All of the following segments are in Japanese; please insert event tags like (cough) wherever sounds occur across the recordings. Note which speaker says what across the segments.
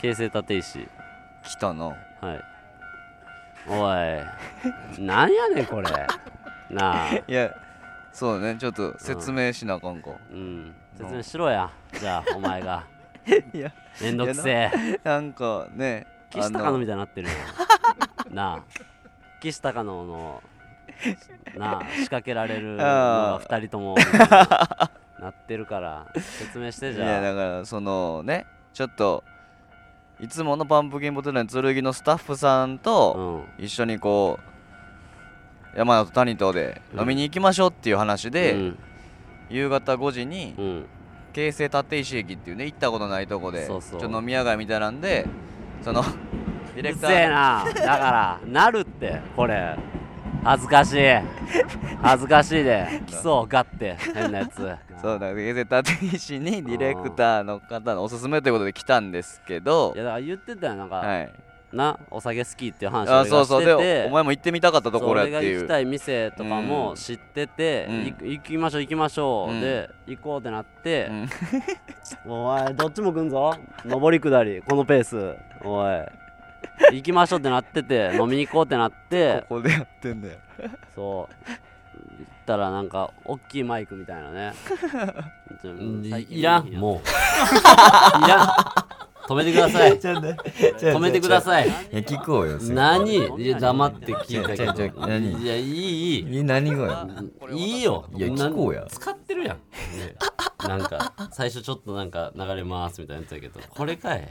Speaker 1: 京成立石
Speaker 2: 来たな
Speaker 1: はいおいなんやねんこれなあ
Speaker 2: いやそうねちょっと説明しなあかんか、
Speaker 1: うん説明しろやじゃあお前が
Speaker 2: (laughs) いや
Speaker 1: めんどくせえ
Speaker 2: なんかね
Speaker 1: 岸高野みたいになってるやんなあ岸高野のなあ仕掛けられるのが2人ともなってるから説明して
Speaker 2: い
Speaker 1: じ
Speaker 2: や
Speaker 1: ゃあ
Speaker 2: だからそのねちょっといつものパンプキンボトルの剣のスタッフさん
Speaker 1: う
Speaker 2: と
Speaker 1: ん
Speaker 2: 一緒にこう山田と谷とで飲みに行きましょうっていう話で、
Speaker 1: うん
Speaker 2: 夕方5時に
Speaker 1: うん
Speaker 2: 京成立石駅っていうね行ったことないとこで
Speaker 1: そうそう
Speaker 2: ちょっと飲み屋街みたいなんでそのディ
Speaker 1: うる
Speaker 2: レク
Speaker 1: せ
Speaker 2: タ
Speaker 1: え
Speaker 2: ー
Speaker 1: なだからなるってこれ恥ずかしい恥ずかしいで来そうガッて変なやつ
Speaker 2: (laughs) そうだ京成立石にディレクターの方のおすすめということで来たんですけど
Speaker 1: いやだから言ってたよなんか、
Speaker 2: はい
Speaker 1: なお酒好きっていう話を
Speaker 2: あ
Speaker 1: 俺
Speaker 2: そう
Speaker 1: がし
Speaker 2: そう
Speaker 1: て
Speaker 2: で
Speaker 1: て
Speaker 2: お前も行ってみたかったと
Speaker 1: そう
Speaker 2: ころやっ
Speaker 1: 俺が
Speaker 2: てい
Speaker 1: 行
Speaker 2: う
Speaker 1: きたい店とかも知ってて、
Speaker 2: うん
Speaker 1: い行きましょう行きましょう、
Speaker 2: うん
Speaker 1: で行こうってなって
Speaker 2: う、ん
Speaker 1: (laughs) おいどっちも来んぞ上り下りこのペースおい行きましょうってなってて飲みに行こうってなって
Speaker 2: ここでやってんだよ
Speaker 1: そう行ったらなんか大きいマイクみたいな
Speaker 3: (laughs)
Speaker 1: ねちょ最近
Speaker 3: いらん
Speaker 1: 見えへもういらん止めてください
Speaker 3: ちょっと
Speaker 1: 止めてくだ
Speaker 3: い。
Speaker 1: さい
Speaker 3: いや、聞こうよ。それ
Speaker 1: 何いや黙って聞いた
Speaker 3: ち
Speaker 1: け
Speaker 3: ょちょ
Speaker 1: ど
Speaker 3: 何
Speaker 1: いやいいいい
Speaker 3: え何がよ。
Speaker 1: いいよ
Speaker 3: いや
Speaker 1: なん
Speaker 3: 聞こうや
Speaker 1: 使ってるやん、ねなんか最初ちょっとなんか流れますみたいなやつやけどこれかい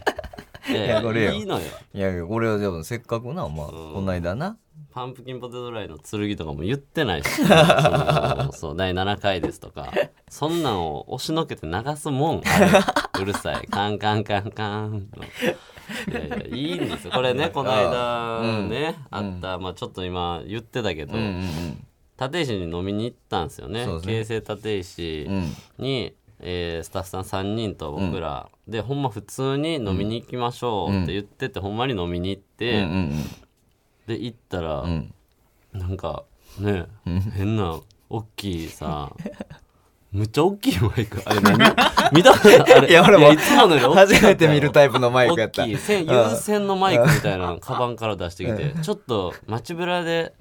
Speaker 1: いやい
Speaker 3: いやこれよ
Speaker 1: いいのよ
Speaker 3: いや、俺はでもせっかくな、まあ、こないだな。
Speaker 1: パンプキンポテトフライの剣とかも言ってない
Speaker 3: (laughs)
Speaker 1: しそうそう第7回ですとかそんなんを押しのけて流すもんあ
Speaker 3: (laughs)
Speaker 1: れうるさいカンカンカンカンのいやいやいいんですよこれねこの間ねあ,、った、まあ、ちょっと今言ってたけど、
Speaker 3: うんうん
Speaker 1: 立石に飲みに行ったんですよね
Speaker 3: そうですね
Speaker 1: 京成立石
Speaker 3: うん。
Speaker 1: に、えースタッフさん3人と僕ら、でほんま普通に飲みに行きましょうって言ってて、ほんまに飲みに行って、
Speaker 3: うんうん
Speaker 1: で行ったら、
Speaker 3: うんうん。
Speaker 1: なんかね変な大きいさ (laughs) むっちゃ大きいマイクあれ何 (laughs) 見たことあれ
Speaker 3: いや俺も
Speaker 1: いつものより大きかっ
Speaker 3: (laughs) 初
Speaker 1: たよ
Speaker 3: めて見るタイプのマイクやった。
Speaker 1: 大きい線有線のマイクみたいなのカバンから出してきてちょっと街ぶらで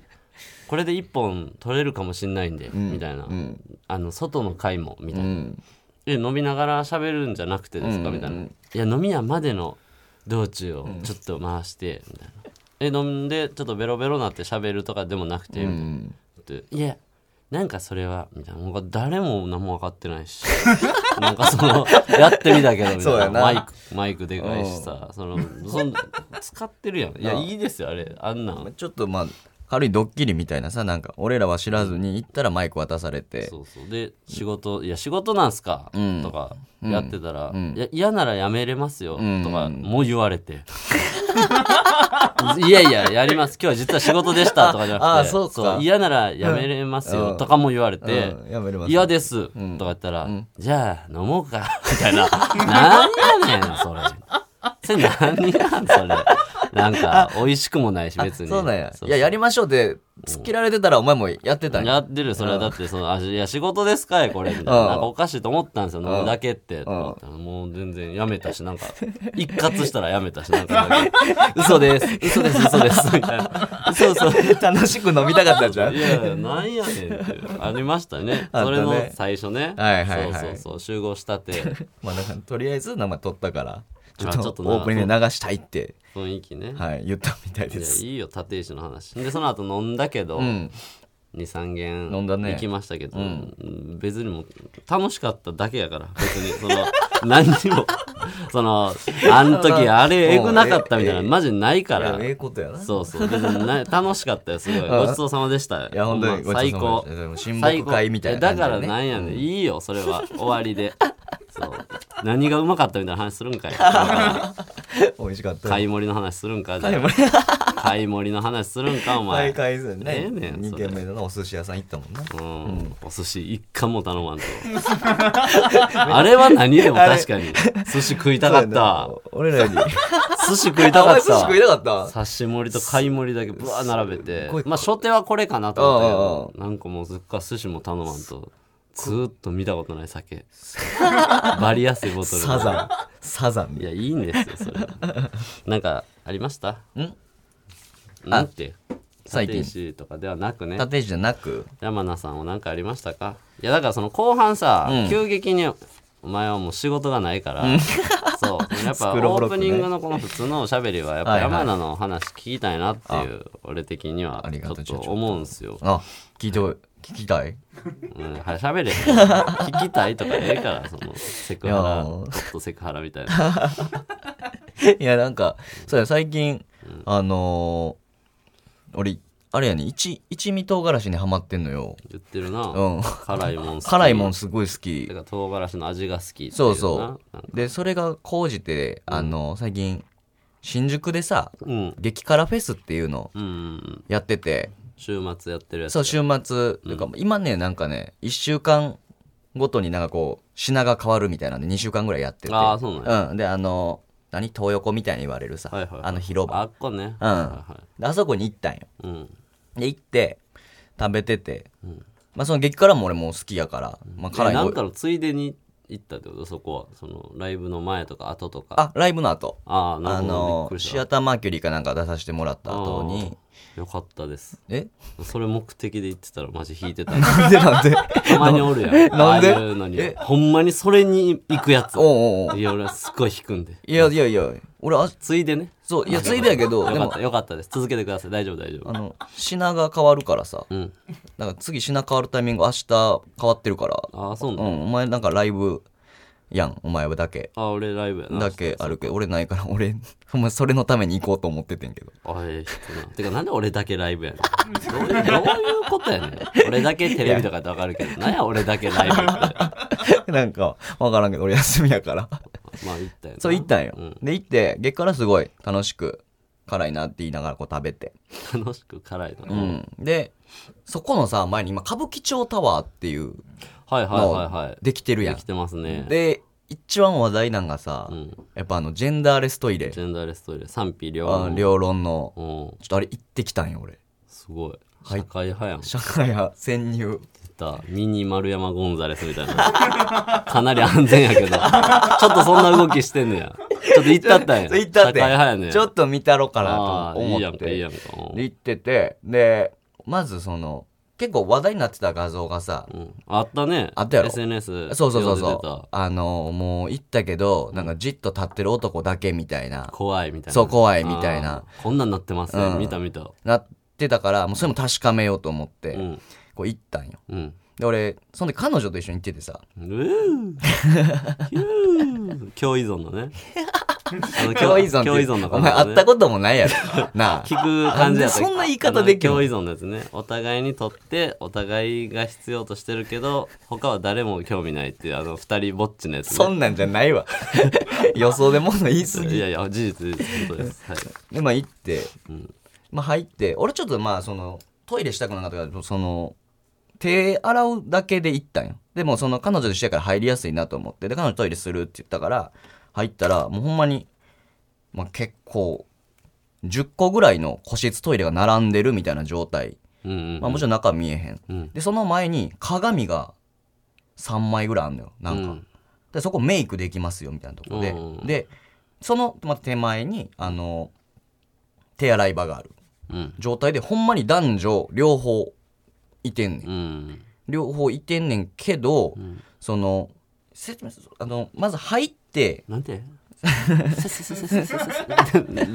Speaker 1: これで一本取れるかもしんないんで、みたいな、
Speaker 3: ん
Speaker 1: あの外の回もみたいな、
Speaker 3: うん。
Speaker 1: え飲みながら喋るんじゃなくてですか、
Speaker 3: うん
Speaker 1: みたいな「いや飲み屋までの道中をちょっと回して」みたいな「え飲んでちょっとベロベロなって喋るとかでもなくて」み
Speaker 3: う。
Speaker 1: たいなんって「いやなんかそれは」みたいなもう誰も何も分かってないし (laughs) なんかそのやってみたけどみたい
Speaker 3: そう
Speaker 1: な
Speaker 3: やな
Speaker 1: マイクマイクでかいしさそのそん使ってるやんいやいいですよあれあんなん
Speaker 3: ちょっとまあ、軽いドッキリみたいなさ、なんか、俺らは知らずに行ったらマイク渡されて。
Speaker 1: そうそうで仕事「いや仕事なんすか
Speaker 3: ん
Speaker 1: とかやってたら「いや嫌ならやめれますよ」
Speaker 3: ん
Speaker 1: とかも言われて (laughs) 「いやいややります今日は実は仕事でした」とかじゃ
Speaker 3: あ
Speaker 1: な
Speaker 3: あ
Speaker 1: くて
Speaker 3: そうか
Speaker 1: 嫌ならやめれますよ」とかも言われて
Speaker 3: うんやめ
Speaker 1: 「
Speaker 3: れます。
Speaker 1: 嫌です」とか言ったら「じゃあ飲もうか」 (laughs) みたいな「なんやねんそれ」それ何やんそれなんか美味しくもないし別に
Speaker 3: そうなんや。
Speaker 1: そう
Speaker 3: いや、やりましょうって、突っ切られてたらお前もやってたんや。
Speaker 1: やってるそれはだってそのあいや仕事ですかいこれみたいな
Speaker 3: うん
Speaker 1: なんかおかしいと思ったんですよ飲むだけってと思ったらもう全然やめたしなんか一括したらやめたしなん
Speaker 3: (laughs)
Speaker 1: かなんか嘘です嘘です嘘ですみたいな嘘嘘
Speaker 3: 楽しく飲みたかったじゃ
Speaker 1: (laughs)
Speaker 3: ん
Speaker 1: い。やいやなんやねんっていうありましたね
Speaker 3: あったね
Speaker 1: それの最初ね
Speaker 3: はいはいはい
Speaker 1: そうそうそう集合したて
Speaker 3: まあなんかとりあえず名前取ったからちょ
Speaker 1: あちょっ
Speaker 3: っ
Speaker 1: と
Speaker 3: とオープニングで流したいって、
Speaker 1: 雰囲気ね、
Speaker 3: はい、言ったみたい
Speaker 1: い、
Speaker 3: で
Speaker 1: や
Speaker 3: す。
Speaker 1: いいよ立石の話でその後飲んだけど、
Speaker 3: うん、
Speaker 1: 23軒
Speaker 3: 飲んだね
Speaker 1: 行きましたけど、別にもう楽しかっただけやから別にその何にもそのあの時あれえぐなかったみたいな
Speaker 3: うんえ
Speaker 1: マジないか
Speaker 3: いや
Speaker 1: ら
Speaker 3: ええことやな。
Speaker 1: そうそう別にな楽しかったよすごいごちそうさまでした
Speaker 3: いや本当に
Speaker 1: ほんま最
Speaker 3: ご
Speaker 1: 高
Speaker 3: ちそうさまでしたでも親睦会みたいな感
Speaker 1: 最
Speaker 3: じ
Speaker 1: 高
Speaker 3: だ
Speaker 1: え
Speaker 3: ね
Speaker 1: だからなんやねん、いいよそれは終わりでそう何がうまかったみたいな話するんかい
Speaker 3: (laughs) 美味しかった。
Speaker 1: 買い盛りの話するんかじゃあ
Speaker 3: 盛り。
Speaker 1: 買い盛りの話するんかお前
Speaker 3: 買い買いする
Speaker 1: ええ
Speaker 3: ね。
Speaker 1: ねん
Speaker 3: 二
Speaker 1: それ
Speaker 3: 軒目のお寿司屋さん行ったもんな。
Speaker 1: うん、お寿司一貫も頼ま
Speaker 3: (laughs)
Speaker 1: んとあれは何でも確かに寿司食いたかっ
Speaker 3: そ
Speaker 1: た
Speaker 3: うやな。俺らより。
Speaker 1: 寿司食いたかっ
Speaker 3: 寿司食い
Speaker 1: た
Speaker 3: たかった
Speaker 1: 刺し盛りと貝盛りだけぶわー並べ
Speaker 3: すっごい
Speaker 1: てまあ初手はこれかなと思った
Speaker 3: うんうん
Speaker 1: けどなんかもうずっか寿司も頼まんとずーっと見たことない酒
Speaker 3: (laughs)
Speaker 1: バリやすいボトル
Speaker 2: サザンサザンみ
Speaker 1: い
Speaker 2: たい
Speaker 1: やいいんですよそれ
Speaker 3: (laughs)
Speaker 1: はなんかありました
Speaker 2: ん
Speaker 1: なんて
Speaker 2: 最近
Speaker 1: 立石とかではなくね
Speaker 2: な縦じゃなく
Speaker 1: 山名さんは何かありましたかいやだからその後半さ、
Speaker 2: うん
Speaker 1: 急激にお前はもう仕事がないから、 (laughs) そうやっ
Speaker 2: ス
Speaker 1: ぱ
Speaker 2: クロー
Speaker 1: オ
Speaker 2: ブロ
Speaker 1: ー
Speaker 2: ック
Speaker 1: プ
Speaker 2: ね
Speaker 1: ニングのこの普通のおしゃべりはやっぱ
Speaker 2: はいはい
Speaker 1: 山名の話聞きたいなっていう俺的には
Speaker 2: あり
Speaker 1: ちょ
Speaker 2: が
Speaker 1: っ
Speaker 2: とう
Speaker 1: と思うんすよ。
Speaker 2: あ聞いて聞きたい
Speaker 1: うん、はしゃべれ聞きたいとかええからそのセクハ
Speaker 2: いや
Speaker 1: ラ
Speaker 2: ー
Speaker 1: ちょっとセクハラみたいな。
Speaker 2: いやなんかそうや最近あのー俺あれやね一一味唐辛子にハマってんのよ
Speaker 1: 言ってるな、
Speaker 2: うん
Speaker 1: 辛いもん好き
Speaker 2: 辛いもんすごい好き
Speaker 1: だから唐辛子の味が好きっていな
Speaker 2: そうそ
Speaker 1: なんか
Speaker 2: うでそれが高じてあの最近新宿でさ
Speaker 1: うん
Speaker 2: 激辛フェスっていうの
Speaker 1: うんうん
Speaker 2: やってて
Speaker 1: 週末やってるやつ
Speaker 2: そう週末というか今ねなんかね1週間ごとになんかこう品が変わるみたいなんで2週間ぐらいやってて
Speaker 1: あーそうなん
Speaker 2: うんであの何東横みたいに言われるさ
Speaker 1: はいはいはい
Speaker 2: あの広場
Speaker 1: あっこね、
Speaker 2: うん
Speaker 1: は
Speaker 2: であそこに行ったんよ
Speaker 1: いはいうん
Speaker 2: で行って食べてて、
Speaker 1: ん
Speaker 2: まあその激辛も俺もう好きやから、まあ、辛
Speaker 1: え
Speaker 2: い
Speaker 1: な
Speaker 2: の
Speaker 1: んかのついでに行ったってことそこはそのライブの前とか後とか
Speaker 2: あライブの後
Speaker 1: ああな
Speaker 2: あ
Speaker 1: るほど
Speaker 2: の
Speaker 1: びっくりし
Speaker 2: シア
Speaker 1: た
Speaker 2: ターマーキュリーかなんか出させてもらった後に
Speaker 1: よかったです
Speaker 2: え
Speaker 1: それ目的で行ってたらマジ引い
Speaker 2: (laughs)
Speaker 1: てた
Speaker 2: なんでなんで
Speaker 1: たまにおるやん
Speaker 2: (laughs) なんで
Speaker 1: ああいうのにほんまにそれに行くやつ
Speaker 2: おうおうおう
Speaker 1: いや俺はすっごい引くんで
Speaker 2: いやいやいや俺あ
Speaker 1: ついでね
Speaker 2: そういやついでやけどで
Speaker 1: よかっ
Speaker 2: も
Speaker 1: たよかったです続けてください大丈夫大丈
Speaker 2: あ
Speaker 1: 夫
Speaker 2: の品が変わるからさ
Speaker 1: うん
Speaker 2: なんか次品変わるタイミング明日変わってるから
Speaker 1: ああそう
Speaker 2: う
Speaker 1: なん
Speaker 2: んお前なんかライブやんお前はだけ
Speaker 1: あ俺ライブやな
Speaker 2: だけあるけど俺ないから (laughs) 俺ほんまそれのために行こうと思っててんけど
Speaker 1: あええ人なてかなんで俺だけライブやねんどういうどういうことやねん俺だけテレビとかでわかるけどなんや俺だ
Speaker 2: (laughs)
Speaker 1: けライブって
Speaker 2: なんか、わからんけど、俺休みやから。
Speaker 1: ま (laughs) あ行ったよな
Speaker 2: そう、行ったんよ。
Speaker 1: うん
Speaker 2: で、行って、月からすごい楽しく、辛いなって言いながらこう食べて。
Speaker 1: 楽しく辛いの、
Speaker 2: うん。で、そこのさ、前に今、歌舞伎町タワーっていう
Speaker 1: はいはいはいは
Speaker 2: の
Speaker 1: い
Speaker 2: できてるや
Speaker 1: で
Speaker 2: ん
Speaker 1: き。てますね
Speaker 2: で、一番話題なんがさ、
Speaker 1: うん
Speaker 2: やっぱあの、ジェンダーレストイレ
Speaker 1: ジ、ェンダーレストイレ賛否両
Speaker 2: あ
Speaker 1: 論
Speaker 2: 両論の、
Speaker 1: うん
Speaker 2: ちょっとあれ行ってきたんよ、俺。
Speaker 1: すごい
Speaker 2: はい
Speaker 1: 社会派やん
Speaker 2: 社会派潜入。
Speaker 1: 出たミニ丸山ゴンザレスみたいな (laughs) かなり安全やけどちょっとそんな動きしてんねやちょっと行った
Speaker 2: (laughs)
Speaker 1: ったんや
Speaker 2: そう行ったっ
Speaker 1: 社会派やね
Speaker 2: て、ちょっと見たろかな
Speaker 1: あ
Speaker 2: と
Speaker 1: あ
Speaker 2: 思
Speaker 1: いいや
Speaker 2: っ
Speaker 1: ん
Speaker 2: て。
Speaker 1: かいいやんかうん
Speaker 2: で行っててでまずその結構話題になってた画像がさ、
Speaker 1: うんあったね。
Speaker 2: あったやろ
Speaker 1: SNS。
Speaker 2: そうそうそう
Speaker 1: 出て
Speaker 2: そ
Speaker 1: た
Speaker 2: うあのもう行ったけどなんかじっと立ってる男だけみたいな
Speaker 1: 怖いみたいな。
Speaker 2: そう怖いみたいな
Speaker 1: あー。こんなんなってますね
Speaker 2: う。ん
Speaker 1: 見た見た。
Speaker 2: なってたからもうそれも確かめようと思って、
Speaker 1: うん。
Speaker 2: こう行ったんよ
Speaker 1: うん。
Speaker 2: で俺その時彼女と一緒に行っててさ
Speaker 1: うーひゅー強依存の
Speaker 2: (laughs)
Speaker 1: ね。あの
Speaker 2: 共依存って
Speaker 1: 共依存の
Speaker 2: お前会った
Speaker 1: こ
Speaker 2: こともないやろなあ
Speaker 1: 聞く感じやった
Speaker 2: なんでそんな言い方できんの
Speaker 1: あの共依存のやつね。お互いにとって、お互いが必要としてるけど、他は誰も興味ないっていう、あの、二人ぼっちのやつね。
Speaker 2: そんなんじゃない
Speaker 1: (laughs)
Speaker 2: わ予想でもの言い過
Speaker 1: い
Speaker 2: ぎ
Speaker 1: やいや、事実、事実本当です。はい。
Speaker 2: で (laughs) まあ行って、
Speaker 1: うん
Speaker 2: まあ入って俺ちょっとまあそのトイレしたくなかったからその手洗うだけで行ったんよでもその彼女としてやから入りやすいなと思ってで彼女トイレするって言ったから入ったらもうほんまに、まあ、結構10個ぐらいの個室トイレが並んでるみたいな状態、
Speaker 1: うんうん。
Speaker 2: まあ、もちろん中見えへん、
Speaker 1: うん
Speaker 2: でその前に鏡が3枚ぐらいあんのよなんか、
Speaker 1: うん
Speaker 2: でそこメイクできますよみたいなとこで、
Speaker 1: うん
Speaker 2: でそのまた手前にあの手洗い場がある
Speaker 1: うん。
Speaker 2: 状態でほんまに男女両方いてんねん
Speaker 1: うん。
Speaker 2: 両方いてんねんけど、
Speaker 1: ん
Speaker 2: その説明するあのまず入って
Speaker 1: な
Speaker 2: (laughs)
Speaker 1: んて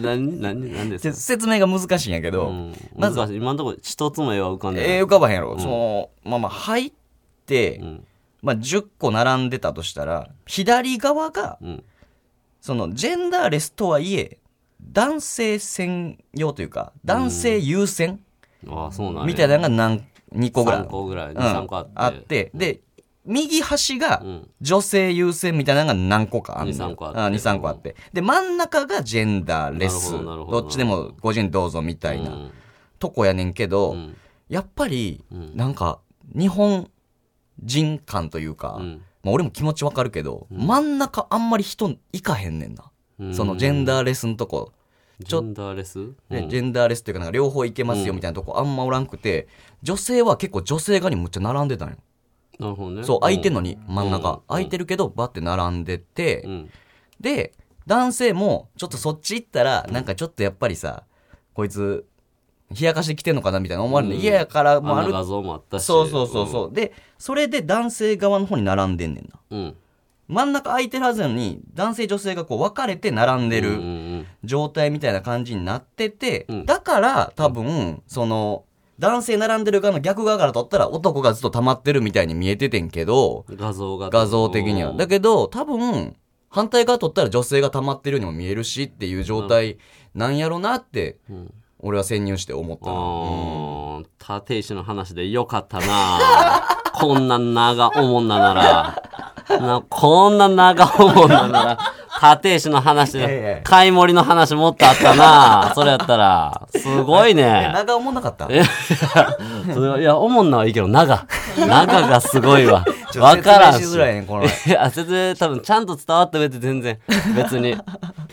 Speaker 1: 何何何で
Speaker 2: せ
Speaker 1: すか
Speaker 2: 説明が難しいんやけど、
Speaker 1: うん
Speaker 2: まず
Speaker 1: 難しい今のところ一つも絵は浮かんでない
Speaker 2: えー浮かばへんやろ、
Speaker 1: うん
Speaker 2: そのまあまあ入って、
Speaker 1: うん
Speaker 2: まあ、10個並んでたとしたら左側が
Speaker 1: うん
Speaker 2: そのジェンダーレスとはいえ男性専用というか男性優先
Speaker 1: ああそうなんや
Speaker 2: みたいなのが何2個ぐらいあ
Speaker 1: 3
Speaker 2: る
Speaker 1: 個ぐらい
Speaker 2: うん
Speaker 1: 23個あって
Speaker 2: あってで右端が
Speaker 1: うん
Speaker 2: 女性優先みたいなのが何個かある
Speaker 1: 23個あって
Speaker 2: 23個あってで真ん中がジェンダーレス
Speaker 1: なるほどなるほど
Speaker 2: どっちでもご自由にどうぞみたいな、
Speaker 1: うん
Speaker 2: とこやねんけど、
Speaker 1: うん
Speaker 2: やっぱり
Speaker 1: うん
Speaker 2: なんか日本人感というか、
Speaker 1: うん
Speaker 2: まあ、俺も気持ちわかるけど、真ん中あんまり人いかへんねんな、
Speaker 1: うん
Speaker 2: そのジェンダーレスのとこち
Speaker 1: ジ
Speaker 2: ょ
Speaker 1: ェンダーレス
Speaker 2: ね
Speaker 1: うん
Speaker 2: ジェンダーレスっていうかなんか両方いけますよみたいなとこあんまおらんくて、女性は結構女性側にむっちゃ並んでたんよ
Speaker 1: なるほどね
Speaker 3: そう、空いてんのに、真ん
Speaker 1: うん
Speaker 3: 中。空いてるけど、バって並んでて、
Speaker 1: うん
Speaker 3: で、男性も、ちょっとそっち行ったら、なんかちょっとやっぱりさ、こいつ、冷やかしてきてんのかなみたいな思われる
Speaker 1: うん
Speaker 3: 家やから
Speaker 1: あ
Speaker 3: もあ
Speaker 1: の
Speaker 3: る。
Speaker 1: 画像もあったし
Speaker 3: そうそうそうそう。で、それで男性側の方に並んでんねんな。
Speaker 1: うん
Speaker 3: 真ん中空いてるはずなのに、男性女性がこう分かれて並んで
Speaker 1: うんう
Speaker 3: る
Speaker 1: ん
Speaker 3: 状態みたいな感じになってて
Speaker 1: う、ん
Speaker 3: だから多分、その、男性並んでる側の逆側から撮ったら男がずっと溜まってるみたいに見えててんけど、
Speaker 1: うん画像が
Speaker 3: 画像的には。
Speaker 1: うん
Speaker 3: だけど、多分、反対側撮ったら女性が溜まってるようにも見えるしっていう状態なんやろなって、
Speaker 1: うん
Speaker 3: 俺は潜入して思ったな
Speaker 1: あー立石の話でよかった
Speaker 3: (laughs)
Speaker 1: なこんな長おもんなならなこんな長おもんななら立石の話
Speaker 3: いやいやいや
Speaker 1: で買い盛りの話もっとあったなそれやったらすごい
Speaker 3: うん。 (laughs)
Speaker 1: ね
Speaker 3: え、長思んなかった
Speaker 1: えそれはいやおもんなはいいけど長長がすごい
Speaker 3: (laughs)
Speaker 1: わ
Speaker 3: ちょっと
Speaker 1: 分からん
Speaker 3: 説明しづらいね、この。
Speaker 1: いや説明多分ちゃんと伝わった上で全然別に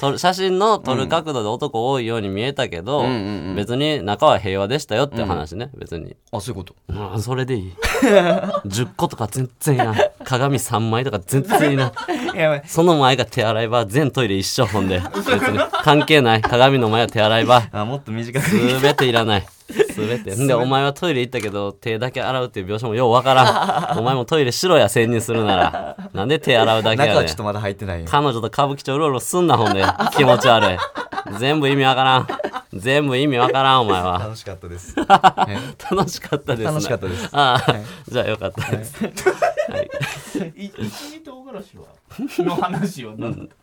Speaker 1: 撮る写真の撮る角度で男多いように見えたけど、
Speaker 3: うんうんうん
Speaker 1: 別に中は平和でしたよっていう話ね、別に、
Speaker 3: あ、そういうこと。
Speaker 1: うん、それでいい10個とか全然いらん鏡3枚とか全然いらん
Speaker 3: やばい。
Speaker 1: その前が手洗い場全トイレ一緒ほんで別に関係ない鏡の前は手洗い場
Speaker 3: あ、もっと短く。
Speaker 1: すべていらない。すべて。で、お前はトイレ行ったけど、手だけ洗うっていう描写もようわからん。お前もトイレしろや、潜入するなら。なんで手洗うだけ
Speaker 3: 中
Speaker 1: や
Speaker 3: は
Speaker 1: ね
Speaker 3: ちょ
Speaker 1: ん
Speaker 3: っと。まだ入ってないよ。
Speaker 1: 彼女と歌舞伎町うろうろすんな、ほんで。気持ち悪い。全部意味わからん。全部意味わからん、お前は。
Speaker 3: 楽しかったです。
Speaker 1: 楽しかったです、ね。
Speaker 3: (laughs) 楽しかった (laughs) です。
Speaker 1: ああ、じゃあよかったです。
Speaker 4: い一味唐辛子はの話
Speaker 3: (laughs)
Speaker 4: は何だった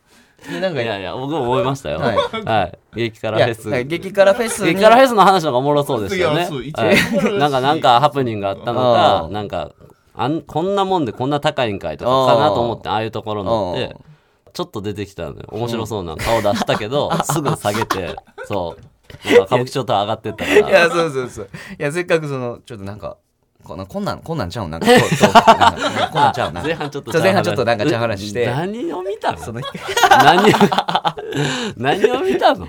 Speaker 3: で、なん
Speaker 1: い
Speaker 3: か、
Speaker 1: やいや、僕も思いましたよ。
Speaker 3: は
Speaker 1: はいい。激辛
Speaker 3: いや
Speaker 1: フェス。
Speaker 3: なんか激辛フェスに。
Speaker 1: 激辛フェスの話の方がおもろそうですよ
Speaker 4: い
Speaker 1: ね
Speaker 4: やそう。一応
Speaker 1: はいなんか、なんかハプニングがあったの
Speaker 3: う
Speaker 1: か、
Speaker 3: ん
Speaker 1: なんか、あん、こんなもんでこんな高いんかいとかかなと思って、ああいうところ乗っ
Speaker 3: う
Speaker 1: て、ちょっと出てきたのよ。面白そうな顔出したけ
Speaker 3: (laughs)
Speaker 1: ど、すぐ下げて、そう。なんか歌舞伎町と上がってったか
Speaker 3: い
Speaker 1: ら。
Speaker 3: や、そうそうそう。いや、せっかくその、ちょっとなんか、こんなこんなん、こんなんちゃうなんか、こうこうなんかなんかこんなんちゃうな。
Speaker 1: 前半ちょっと
Speaker 3: そう前半ちょっとなんかちゃう話して
Speaker 1: 何を見たの
Speaker 3: その
Speaker 1: 何を (laughs) 何を見たのその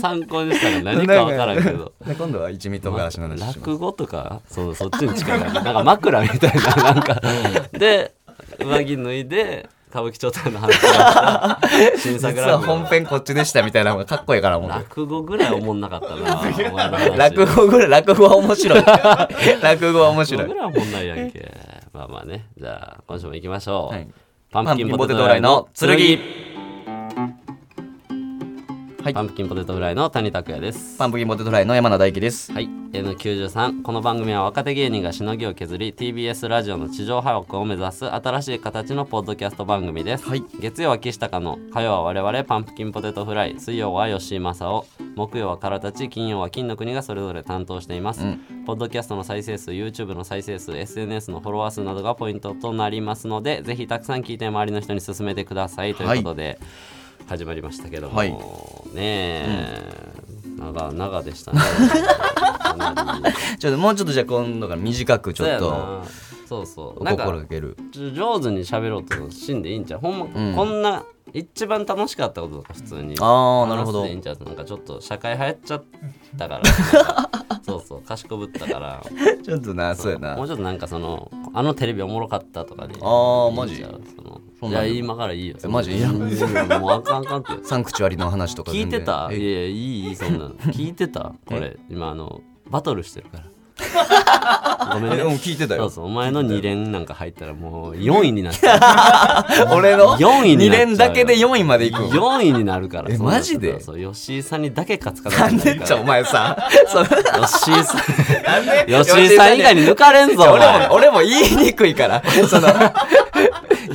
Speaker 1: 参考にしたら何かわからんけど。
Speaker 3: で今度は一味唐辛子の話します。
Speaker 1: 落語とか
Speaker 3: (laughs)
Speaker 1: そうそっちに近いななんか枕みたいななんかで上着脱いで歌舞伎町との話が新作
Speaker 3: (laughs) 実は
Speaker 1: 落語
Speaker 3: 本編こっちでしたみたいな方がかっこいいから思って。
Speaker 1: 落語ぐらいおもんなか
Speaker 3: (laughs)
Speaker 1: ったなお前の話
Speaker 3: 落語ぐらい、落語は面白い。 (laughs) 落語は面白
Speaker 1: 落語ぐ
Speaker 3: い。
Speaker 1: らいおもんないやんけまあまあねじゃあ今週も行きましょう、
Speaker 3: はい
Speaker 1: パンプキンポテトフ
Speaker 3: フラ
Speaker 1: ラ
Speaker 3: イ
Speaker 1: イの剣
Speaker 3: はい
Speaker 1: パンプキンポテトフライの谷拓也です
Speaker 3: パンプキンポテトフライの山名大輝です。
Speaker 1: はい N93 この番組は若手芸人がしのぎを削り TBS ラジオの地上波枠を目指す新しい形のポッドキャスト番組です、
Speaker 3: はい
Speaker 1: 月曜は岸高の火曜は我々パンプキンポテトフライ水曜は吉井正夫木曜はからたち金曜は金の国がそれぞれ担当しています、ポッドキャストの再生数 YouTube の再生数 SNS のフォロワー数などがポイントとなりますのでぜひたくさん聞いて周りの人に勧めてくださいということで、始まりましたけども、
Speaker 3: はい
Speaker 1: ねえ、長長で
Speaker 3: (laughs)
Speaker 1: したねかなり
Speaker 3: ちょっともうちょっとじゃあ今度から短くち
Speaker 1: そう
Speaker 3: ょ
Speaker 1: や
Speaker 3: っと
Speaker 1: なそうそう
Speaker 3: お
Speaker 1: なん
Speaker 3: 心
Speaker 1: か
Speaker 3: がける。
Speaker 1: 上手に喋ろうとしんでいいんちゃうほんま、
Speaker 3: ん
Speaker 1: こんな一番楽しかったこととか普通に
Speaker 3: あーなるほど
Speaker 1: 話していいんちゃうなんかちょっと社会流行っちゃったからなん
Speaker 3: (laughs)
Speaker 1: かそうそう賢ぶったから
Speaker 3: ちょっとな、そうやな
Speaker 1: も。うちょっとなんかそのあのテレビおもろかったとかであ
Speaker 3: ーマジ
Speaker 1: そ
Speaker 3: そん
Speaker 1: のい
Speaker 3: な
Speaker 1: や
Speaker 3: んでも
Speaker 1: 今からいいよ
Speaker 3: えマジいや
Speaker 1: もうあかんあかんって
Speaker 3: サンクチュアリの話とか
Speaker 1: 聞い
Speaker 3: 全然
Speaker 1: てたいや
Speaker 3: え
Speaker 1: いやいいいいそ
Speaker 3: (laughs)
Speaker 1: んなの聞いてたこれ今あのバトルしてるから
Speaker 3: (laughs)
Speaker 1: ごめん
Speaker 3: え
Speaker 1: ね
Speaker 3: うん聞いて
Speaker 1: そ
Speaker 3: た
Speaker 1: う
Speaker 3: よ。
Speaker 1: そうお前の2連なんか入ったらもう4位になっちゃう
Speaker 3: (laughs) 俺の
Speaker 1: 4位に
Speaker 3: 2
Speaker 1: なっちゃうよ
Speaker 3: 連だけで4位までいくん。
Speaker 1: 4位になるから
Speaker 3: えマジで
Speaker 1: そうそう吉井さんにだけ勝つか
Speaker 3: な
Speaker 1: ら
Speaker 3: んでちゃお
Speaker 1: (laughs)
Speaker 3: 前さ、その
Speaker 1: 吉井さん
Speaker 3: (laughs) なんで
Speaker 1: 吉井さん以外に抜かれんぞお
Speaker 3: 俺
Speaker 1: 前
Speaker 3: も、俺も言いにくいから、その、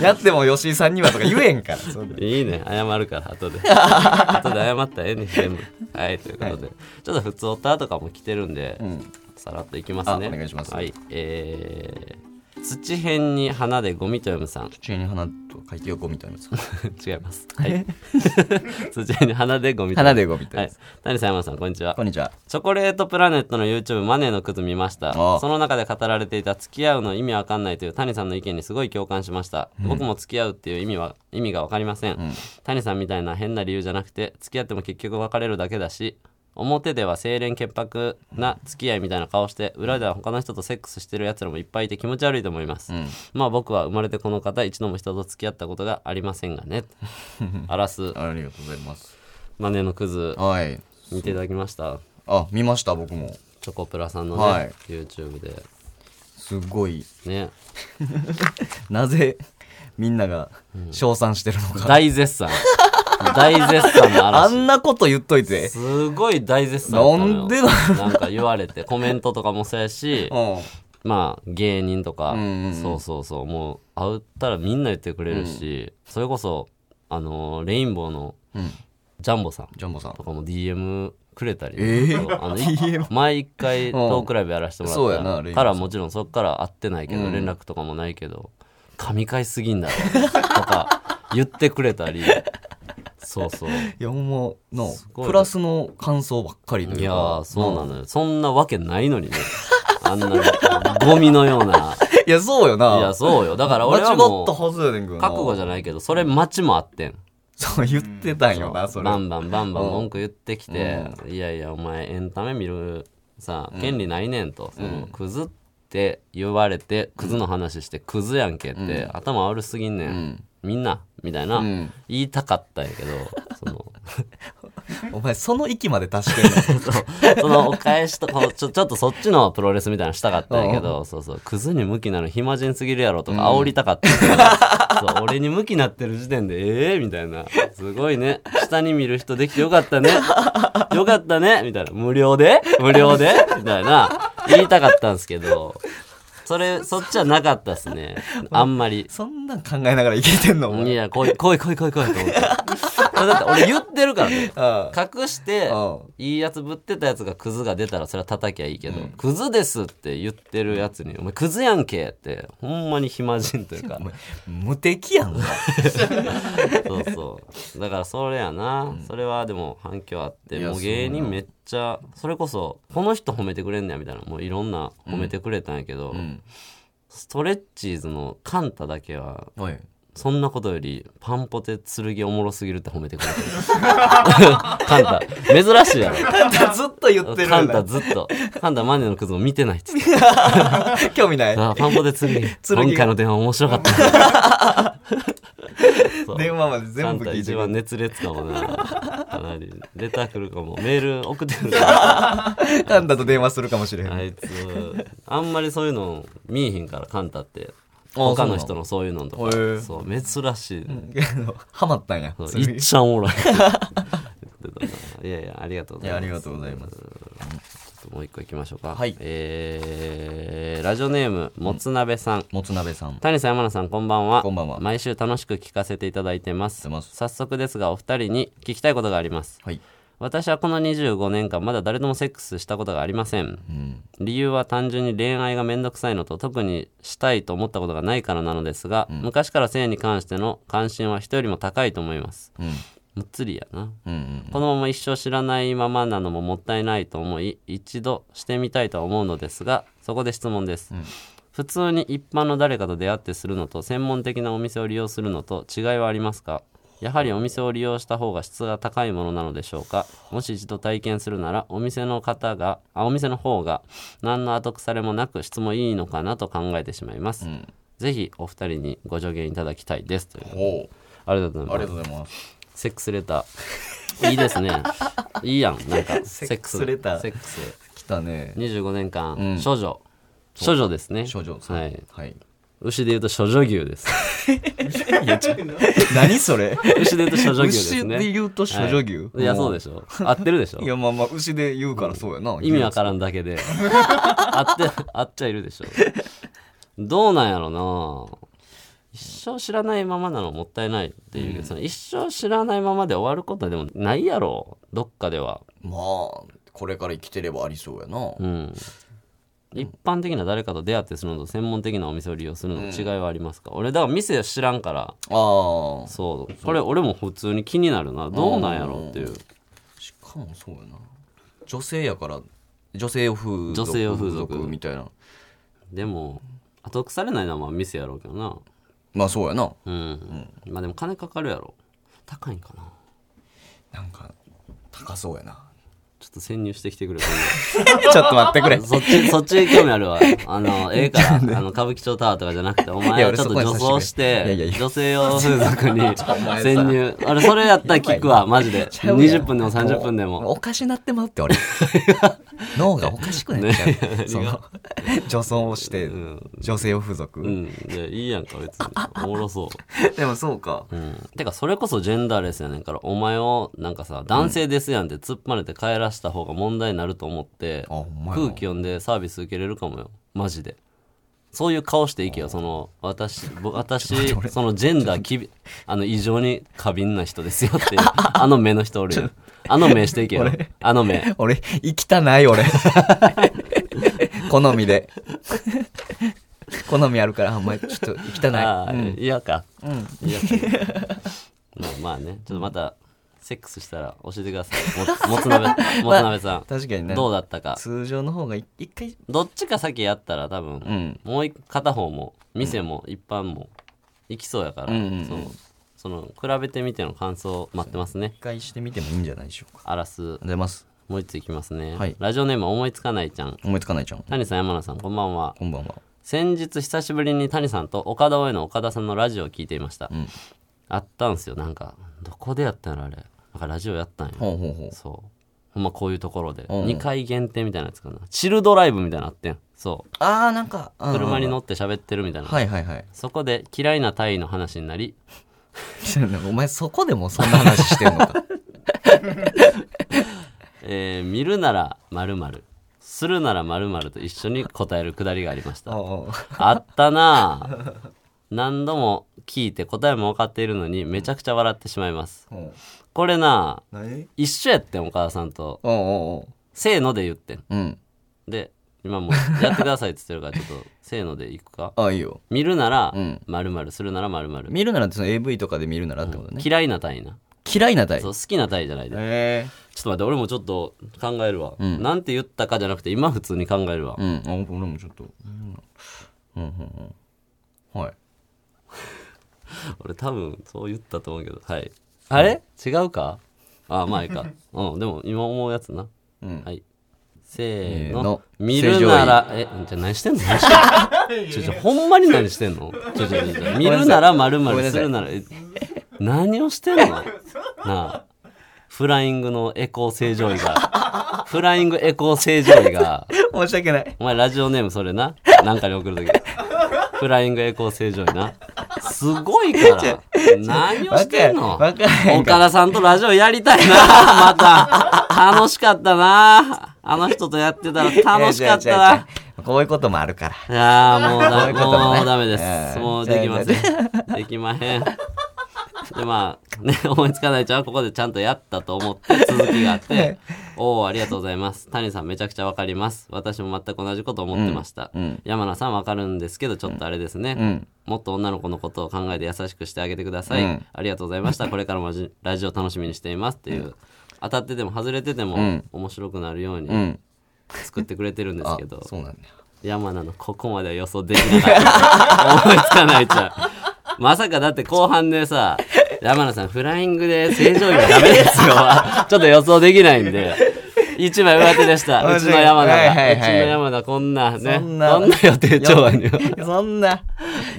Speaker 3: やっても吉井さんにはとか言
Speaker 1: (laughs)
Speaker 3: えんから、そんない
Speaker 1: いね謝るから後
Speaker 3: (laughs)
Speaker 1: で後で謝ったらええねん全部はいということで、ちょっと普通オタとかも来てるんで、
Speaker 3: ん
Speaker 1: さらっといきますね
Speaker 3: あお願いします
Speaker 1: はいえー、土辺に花でゴミと読むさん (laughs)
Speaker 3: 中に花と書いて横みたいなやつ。
Speaker 1: 違いますはい
Speaker 3: (laughs)
Speaker 1: (laughs) 土辺に花でゴミと
Speaker 3: 花で横みたいな
Speaker 1: は
Speaker 3: や
Speaker 1: い
Speaker 3: つ。
Speaker 1: 谷さん山田さんこんにちは
Speaker 3: こんにちは。
Speaker 1: チョコレートプラネットの YouTube マネーのクズ見ました
Speaker 3: ああ
Speaker 1: その中で語られていた付き合うの意味わかんないという谷さんの意見にすごい共感しました、僕も付き合うっていう意味は意味がわかりません、谷さんみたいな変な理由じゃなくて付き合っても結局別れるだけだし表では清廉潔白な付き合いみたいな顔して裏では他の人とセックスしてるやつらもいっぱいいて気持ち悪いと思います、まあ僕は生まれてこの方一度も人と付き合ったことがありませんがねあらす
Speaker 3: ありがとうございます
Speaker 1: マネのクズ
Speaker 3: はい
Speaker 1: 見ていただきました
Speaker 3: あ見ました僕も
Speaker 1: チョコプラさんのね、
Speaker 3: はい
Speaker 1: YouTube です
Speaker 3: ごい
Speaker 1: ね
Speaker 3: なぜみんなが称賛してるのか、
Speaker 1: 大絶
Speaker 3: (laughs)
Speaker 1: 賛大絶賛の
Speaker 3: あ
Speaker 1: 嵐
Speaker 3: んなこと言っといて
Speaker 1: すごい大絶賛やったのよ
Speaker 3: なんでな
Speaker 1: なんか言われてコメントとかもそうやし
Speaker 3: う
Speaker 1: まあ芸人とか、
Speaker 3: んうんうん
Speaker 1: そうそうそうもう会ったらみんな言ってくれるし、それこそあのレインボーの
Speaker 3: んうん
Speaker 1: ジャンボさん
Speaker 3: ジャンボさん
Speaker 1: とかも DM くれたり、
Speaker 3: えー
Speaker 1: そうあのい毎回トークライブやらせても
Speaker 3: そう
Speaker 1: ら
Speaker 3: やな
Speaker 1: っ
Speaker 3: レイ
Speaker 1: た
Speaker 3: ン
Speaker 1: か
Speaker 3: ボー
Speaker 1: ら
Speaker 3: さん
Speaker 1: もちろんそっから会ってないけど、
Speaker 3: うん
Speaker 1: 連絡とかもないけど神回すぎんだろとか言ってくれたりそうそう
Speaker 3: いやほんまの
Speaker 1: ごい
Speaker 3: プラスの感想ばっかりというか
Speaker 1: いやーそうなのよ、そんなわけないのにねあんなゴミのようない
Speaker 3: やそうよない
Speaker 1: やそうよだから俺
Speaker 3: 間違
Speaker 1: は
Speaker 3: っ
Speaker 1: もう
Speaker 3: たはずやねんけどな
Speaker 1: 覚悟じゃないけどそれ待ちもあってん
Speaker 3: そう言ってたんよなそれ
Speaker 1: バンバンバンバン文句言ってきて「いやいやお前エンタメ見るさ権利ないねん」と「そのクズ」って言われてクズの話して「クズやんけ」って頭悪すぎんねんみんなみたいな
Speaker 3: (laughs) うん
Speaker 1: 言いたかったんやけどその
Speaker 3: お前その域まで達してん
Speaker 1: (laughs)
Speaker 3: の (laughs)
Speaker 1: そうそのお返しとこうちょちょっとそっちのプロレスみたいなのしたかったんやけどそうそうクズに向きなの暇人すぎるやろとか煽りたかったんやけどそう俺に向きなってる時点でええみたいなすごいね下に見る人できてよかったねよかったねみたいな無料で無料でみたいな言いたかったんですけどそれそっちはなかったですねあんまり
Speaker 3: そんなん考えながらいけてんのお
Speaker 1: い
Speaker 3: 前
Speaker 1: や、来い、来い、来い、来い、来い、と思って。 (laughs) それだって俺言ってるからね。
Speaker 3: あ
Speaker 1: 隠して
Speaker 3: ああ、
Speaker 1: いいやつぶってたやつがクズが出たらそれは叩きゃいいけど、クズですって言ってるやつに、お前クズやんけって、ほんまに暇人と
Speaker 3: (laughs)
Speaker 1: いうか。
Speaker 3: 無敵やんな
Speaker 1: そうそう。だからそれやな。それはでも反響あって、
Speaker 3: いや
Speaker 1: もう芸人めっちゃ、それこそ、この人褒めてくれんねやみたいな、もういろんな褒めてくれたんやけど、
Speaker 3: ん
Speaker 1: ストレッチーズのカンタだけは、
Speaker 3: おい
Speaker 1: そんなことよりパンポテ剣おもろすぎるって褒めてく
Speaker 3: (laughs)
Speaker 1: れてるカンタ珍しいやろ
Speaker 3: ずっと言ってる
Speaker 1: カ
Speaker 3: ん
Speaker 1: ンタ
Speaker 3: だ
Speaker 1: ずっとカンタマネのクズも見てないっつっ
Speaker 3: (laughs)
Speaker 1: て
Speaker 3: 興味ない
Speaker 1: あパンポテ剣
Speaker 3: が
Speaker 1: 今回の電話面白かったそう
Speaker 3: 電話まで
Speaker 1: カ
Speaker 3: 全
Speaker 1: ン
Speaker 3: 部
Speaker 1: タ
Speaker 3: 聞いて
Speaker 1: 一
Speaker 3: る
Speaker 1: 番熱烈かもなかなりレター来る
Speaker 3: (laughs)
Speaker 1: かもメール送ってくるか
Speaker 3: カンタと電話するかもしれへ
Speaker 1: も
Speaker 3: ん
Speaker 1: あいつあんまりそういうの見えへんからカンタって
Speaker 3: あそうなの
Speaker 1: 他の人のそういうのとか
Speaker 3: へえ
Speaker 1: そう珍しい、
Speaker 3: けどハマったんや
Speaker 1: そう
Speaker 3: 釣
Speaker 1: いっ
Speaker 3: り
Speaker 1: ちゃんおもろ
Speaker 3: (laughs)
Speaker 1: い言ってたないやいやありがとうご
Speaker 3: い
Speaker 1: ざい
Speaker 3: や
Speaker 1: ま
Speaker 3: あ
Speaker 1: す
Speaker 3: りがとうございます
Speaker 1: ちょっともう一個いきましょうか
Speaker 3: はい
Speaker 1: えーラジオネームもつなべさん、
Speaker 3: もつ鍋さん
Speaker 1: 谷さん山名さんこんばんは
Speaker 3: こんばんは
Speaker 1: 毎週楽しく聞かせていただいてます
Speaker 3: てます
Speaker 1: 早速ですがお二人に聞きたいことがあります
Speaker 3: はい
Speaker 1: 私はこの25年間まだ誰ともセックスしたことがありません
Speaker 3: うん
Speaker 1: 理由は単純に恋愛がめんどくさいのと特にしたいと思ったことがないからなのですが、昔から性に関しての関心は人よりも高いと思います
Speaker 3: うん
Speaker 1: むっつりやな
Speaker 3: うんうん
Speaker 1: このまま一生知らないままなのももったいないと思い一度してみたいとは思うのですがそこで質問です、普通に一般の誰かと出会ってするのと専門的なお店を利用するのと違いはありますかやはりお店を利用した方が質が高いものなのでしょうかもし一度体験するならお店の方があお店の方が何の後腐れもなく質もいいのかなと考えてしまいます、ぜひお二人にご助言いただきたいですという
Speaker 3: おう
Speaker 1: ありがとうございます
Speaker 3: ありがとうございます
Speaker 1: セックスレター。いいですね。いいやん。なんか、セ
Speaker 3: ックスレター
Speaker 1: セックス。
Speaker 3: 来たね
Speaker 1: 25年間、
Speaker 3: ん
Speaker 1: 処女。処女ですね。
Speaker 3: 少女さん
Speaker 1: はい。
Speaker 3: はい
Speaker 1: 牛で言うと処女牛
Speaker 3: (laughs)
Speaker 1: です。
Speaker 3: 何そ (laughs) れ
Speaker 1: 牛で言うと処女牛ですね。
Speaker 3: 牛で言うと処女牛
Speaker 1: はいいや、そうでしょ。合ってるでしょ
Speaker 3: い。やまあまあ牛で言うからそうやな
Speaker 1: 意味わからんだけで。合って、合っちゃいるでしょ。どうなんやろな一生知らないままなのもったいないっていうけど、その一生知らないままで終わることでもないやろどっかでは
Speaker 3: まあこれから生きてればありそうやな
Speaker 1: うん、一般的な誰かと出会ってするのと専門的なお店を利用するのと違いはありますか、俺だから店知らんから
Speaker 3: ああ
Speaker 1: そうこれ俺も普通に気になるなどうなんやろうっていう
Speaker 3: しかもそうやな女性やから女性用風俗
Speaker 1: 女性用風俗
Speaker 3: みたいな
Speaker 1: でも後腐れないのはまあ店やろうけどな
Speaker 3: まあそうやな
Speaker 1: うん、まあでも金かかるやろ高いんかな (laughs)
Speaker 3: なんか高そうやな
Speaker 1: ちょっと潜入してきてくれ
Speaker 3: ちょっと待ってくれ
Speaker 1: 今度そっ
Speaker 3: (laughs)
Speaker 1: ちそっち興味あるわあのええからあの歌舞伎町タワーとかじゃなくてお
Speaker 3: いや
Speaker 1: 前
Speaker 3: 俺
Speaker 1: ちょっ
Speaker 3: そ
Speaker 1: と
Speaker 3: こに
Speaker 1: 女装して
Speaker 3: いやいやいや
Speaker 1: 女性用風俗
Speaker 3: (laughs)
Speaker 1: に
Speaker 3: 前さ
Speaker 1: 潜入あれそれやったら聞く
Speaker 3: (laughs)
Speaker 1: わマジで
Speaker 3: ちゃうやん
Speaker 1: 20分でも30分でも
Speaker 3: おかしなってま
Speaker 1: (laughs)
Speaker 3: うって俺脳がおかしくなっちゃう、そ
Speaker 1: (laughs)
Speaker 3: の女装をして
Speaker 1: ん
Speaker 3: 女性を風俗、
Speaker 1: うんいやいいやんか別におもろそう
Speaker 3: でもそうか
Speaker 1: うん、てかそれこそジェンダーレスやねんからお前をなんかさ男性ですやんって突っ張ねて帰らした方が問題になると思って、
Speaker 3: あほんまやな
Speaker 1: 空気読んでサービス受けれるかもよマジでそういう顔していけよその私
Speaker 3: (laughs)
Speaker 1: 僕私そのジェンダーきびあの異常に過敏な人ですよっていうあの目の人お
Speaker 3: (laughs)
Speaker 1: るよあの目していけよあの目
Speaker 3: 俺生きたない俺 (laughs) 好みで好みあるからあんまりちょっと生きた
Speaker 1: あ
Speaker 3: な
Speaker 1: あ
Speaker 3: い、うん
Speaker 1: 嫌、か、嫌か (laughs) まあまあねちょっとまたセックスしたら教えてください
Speaker 3: (laughs)
Speaker 1: ももつ鍋もつ鍋さん
Speaker 3: 確かにね
Speaker 1: どうだったか
Speaker 3: 通常の方が一一回
Speaker 1: どっちか先やったら多分、
Speaker 3: ん
Speaker 1: もう一片方も店も一般も行きそうやから、
Speaker 3: うんうんうん
Speaker 1: そうその比べてみての感想待ってますね
Speaker 3: 一回してみてもいいんじゃないでしょうか
Speaker 1: あらす
Speaker 3: ありがとうございます
Speaker 1: もう一ついきますね、
Speaker 3: はい
Speaker 1: ラジオネーム思いつかないちゃん
Speaker 3: 思いつかないじゃん
Speaker 1: 谷さん山名さんこんばんは
Speaker 3: こんばんは
Speaker 1: 先日久しぶりに谷さんと岡田大江の岡田さんのラジオを聞いていました、
Speaker 3: ん
Speaker 1: あったんすよなんかどこでやったんやろあれなんかラジオやったんや
Speaker 3: ほうほうほう
Speaker 1: そうほんまこういうところで、
Speaker 3: うんうん
Speaker 1: 2回限定みたいなやつかなチルドライブみたいなのあってんそう
Speaker 3: ああなんか、うんうんうん
Speaker 1: 車に乗って喋ってるみたいな、
Speaker 3: はいはい (laughs) はい
Speaker 1: そこで嫌いなタイの話になり、
Speaker 3: お前そこでもそんな話してんの (laughs) か
Speaker 1: えー見るなら〇〇するなら〇〇と一緒に答えるくだりがありました。あったなぁ。何度も聞いて答えも分かっているのにめちゃくちゃ笑ってしまいます。これなぁ、
Speaker 3: 何
Speaker 1: 一緒やってんお母さんと、
Speaker 3: おうおう
Speaker 1: せーので言ってん。
Speaker 3: おううん
Speaker 1: で、今もうやってくださいって言ってるからちょっと、 (laughs) せーのでいくか。
Speaker 3: ああいいよ
Speaker 1: 見るなら
Speaker 3: うん
Speaker 1: 〇〇するなら〇〇
Speaker 3: 見るならその AV とかで見るならってことね、
Speaker 1: 嫌いなタイな。
Speaker 3: 嫌いなタイ
Speaker 1: そう
Speaker 3: プ
Speaker 1: 好きなタイじゃないで。
Speaker 3: へ
Speaker 1: ちょっと待って、俺もちょっと考えるわ。
Speaker 3: ん
Speaker 1: なんて言ったかじゃなくて、今普通に考えるわ。
Speaker 3: えうんあ俺もちょっとうんうんうんうんはい
Speaker 1: (laughs) 俺多分そう言ったと思うけど。はい。あれ違うかあ、まあいいか。うん、でも今思うやつな。
Speaker 3: うん
Speaker 1: はい。せー
Speaker 3: せーの
Speaker 1: の。見るなら、え、じゃあ何してんの (laughs) 何してんのちょちょ、ほんまに何してんのちょちょちょちょ、見るなら丸
Speaker 3: ご
Speaker 1: 々
Speaker 3: めんな
Speaker 1: す
Speaker 3: さい
Speaker 1: るなら、え何をしてんのなあ。フライングのエコー正常位が、フライングエコー正常位が、
Speaker 3: (laughs) 申し訳ない
Speaker 1: お前ラジオネームそれな。 (laughs) なんかに送るとき。フライングエコー正常にな。すごいから。何をしてんの
Speaker 3: わかんないわかんない
Speaker 1: 岡田さんとラジオやりたいな。 (laughs) また。楽しかったな。あの人とやってたら楽しかったな。
Speaker 3: こういうこともあるから
Speaker 1: いやーもう
Speaker 3: そう
Speaker 1: だ
Speaker 3: いうことね
Speaker 1: もうダメで
Speaker 3: え
Speaker 1: す。
Speaker 3: ー
Speaker 1: もうできませ
Speaker 3: じ
Speaker 1: ん。できまへん。でまあね (laughs) 思いつかないちゃんはここでちゃんとやったと思って続きがあって「おおありがとうございます谷さんめちゃくちゃわかります私も全く同じこと思ってました、
Speaker 3: うんうん
Speaker 1: 山名さんわかるんですけどちょっとあれですね、
Speaker 3: うん
Speaker 1: もっと女の子のことを考えて優しくしてあげてください、
Speaker 3: うん
Speaker 1: ありがとうございましたこれからもじラジオ楽しみにしています」っていう、当たってても外れてても
Speaker 3: ん
Speaker 1: 面白くなるよう
Speaker 3: う
Speaker 1: に
Speaker 3: ん
Speaker 1: 作ってくれてるんですけど、
Speaker 3: そうなんだよ
Speaker 1: 山名のここまでは予想できなかった。思いつかないじゃ (laughs) ん。まさかだって後半でさ、山名さんフライングで正常位はダメですよ。ちょっと予想できないんで。一枚上手でした。うちの山名が。
Speaker 3: はいはいはいう
Speaker 1: ちの山名こんなね。
Speaker 3: そ
Speaker 1: そ
Speaker 3: ん
Speaker 1: ん
Speaker 3: な
Speaker 1: な予定調和には。
Speaker 3: (laughs) そんな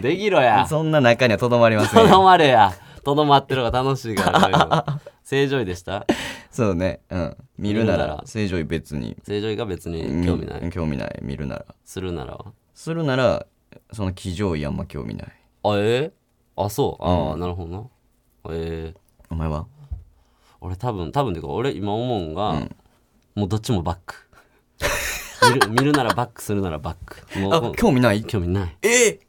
Speaker 1: できろや。
Speaker 3: そんな中にはとどまりませ
Speaker 1: と
Speaker 3: ん
Speaker 1: ど
Speaker 3: よ
Speaker 1: まれや。とどまってる方が楽しいから。正常位でした
Speaker 3: そうねうん見るな
Speaker 1: 見るな
Speaker 3: ら
Speaker 1: ら
Speaker 3: 正常位別に
Speaker 1: 正常位が別に興味ない。
Speaker 3: 興味ない見るなら
Speaker 1: するならは。
Speaker 3: するならその騎乗位あんま興味ない
Speaker 1: あ、えーあ、そう。あ
Speaker 3: う
Speaker 1: あ、
Speaker 3: ん
Speaker 1: なるほどな。えー。
Speaker 3: お前は
Speaker 1: 俺多分多分てか俺今思うんが、もうどっちもバック (laughs) 見る見るならバックするならバックもう
Speaker 3: あ
Speaker 1: もう
Speaker 3: 興味ない
Speaker 1: 興味ない
Speaker 3: え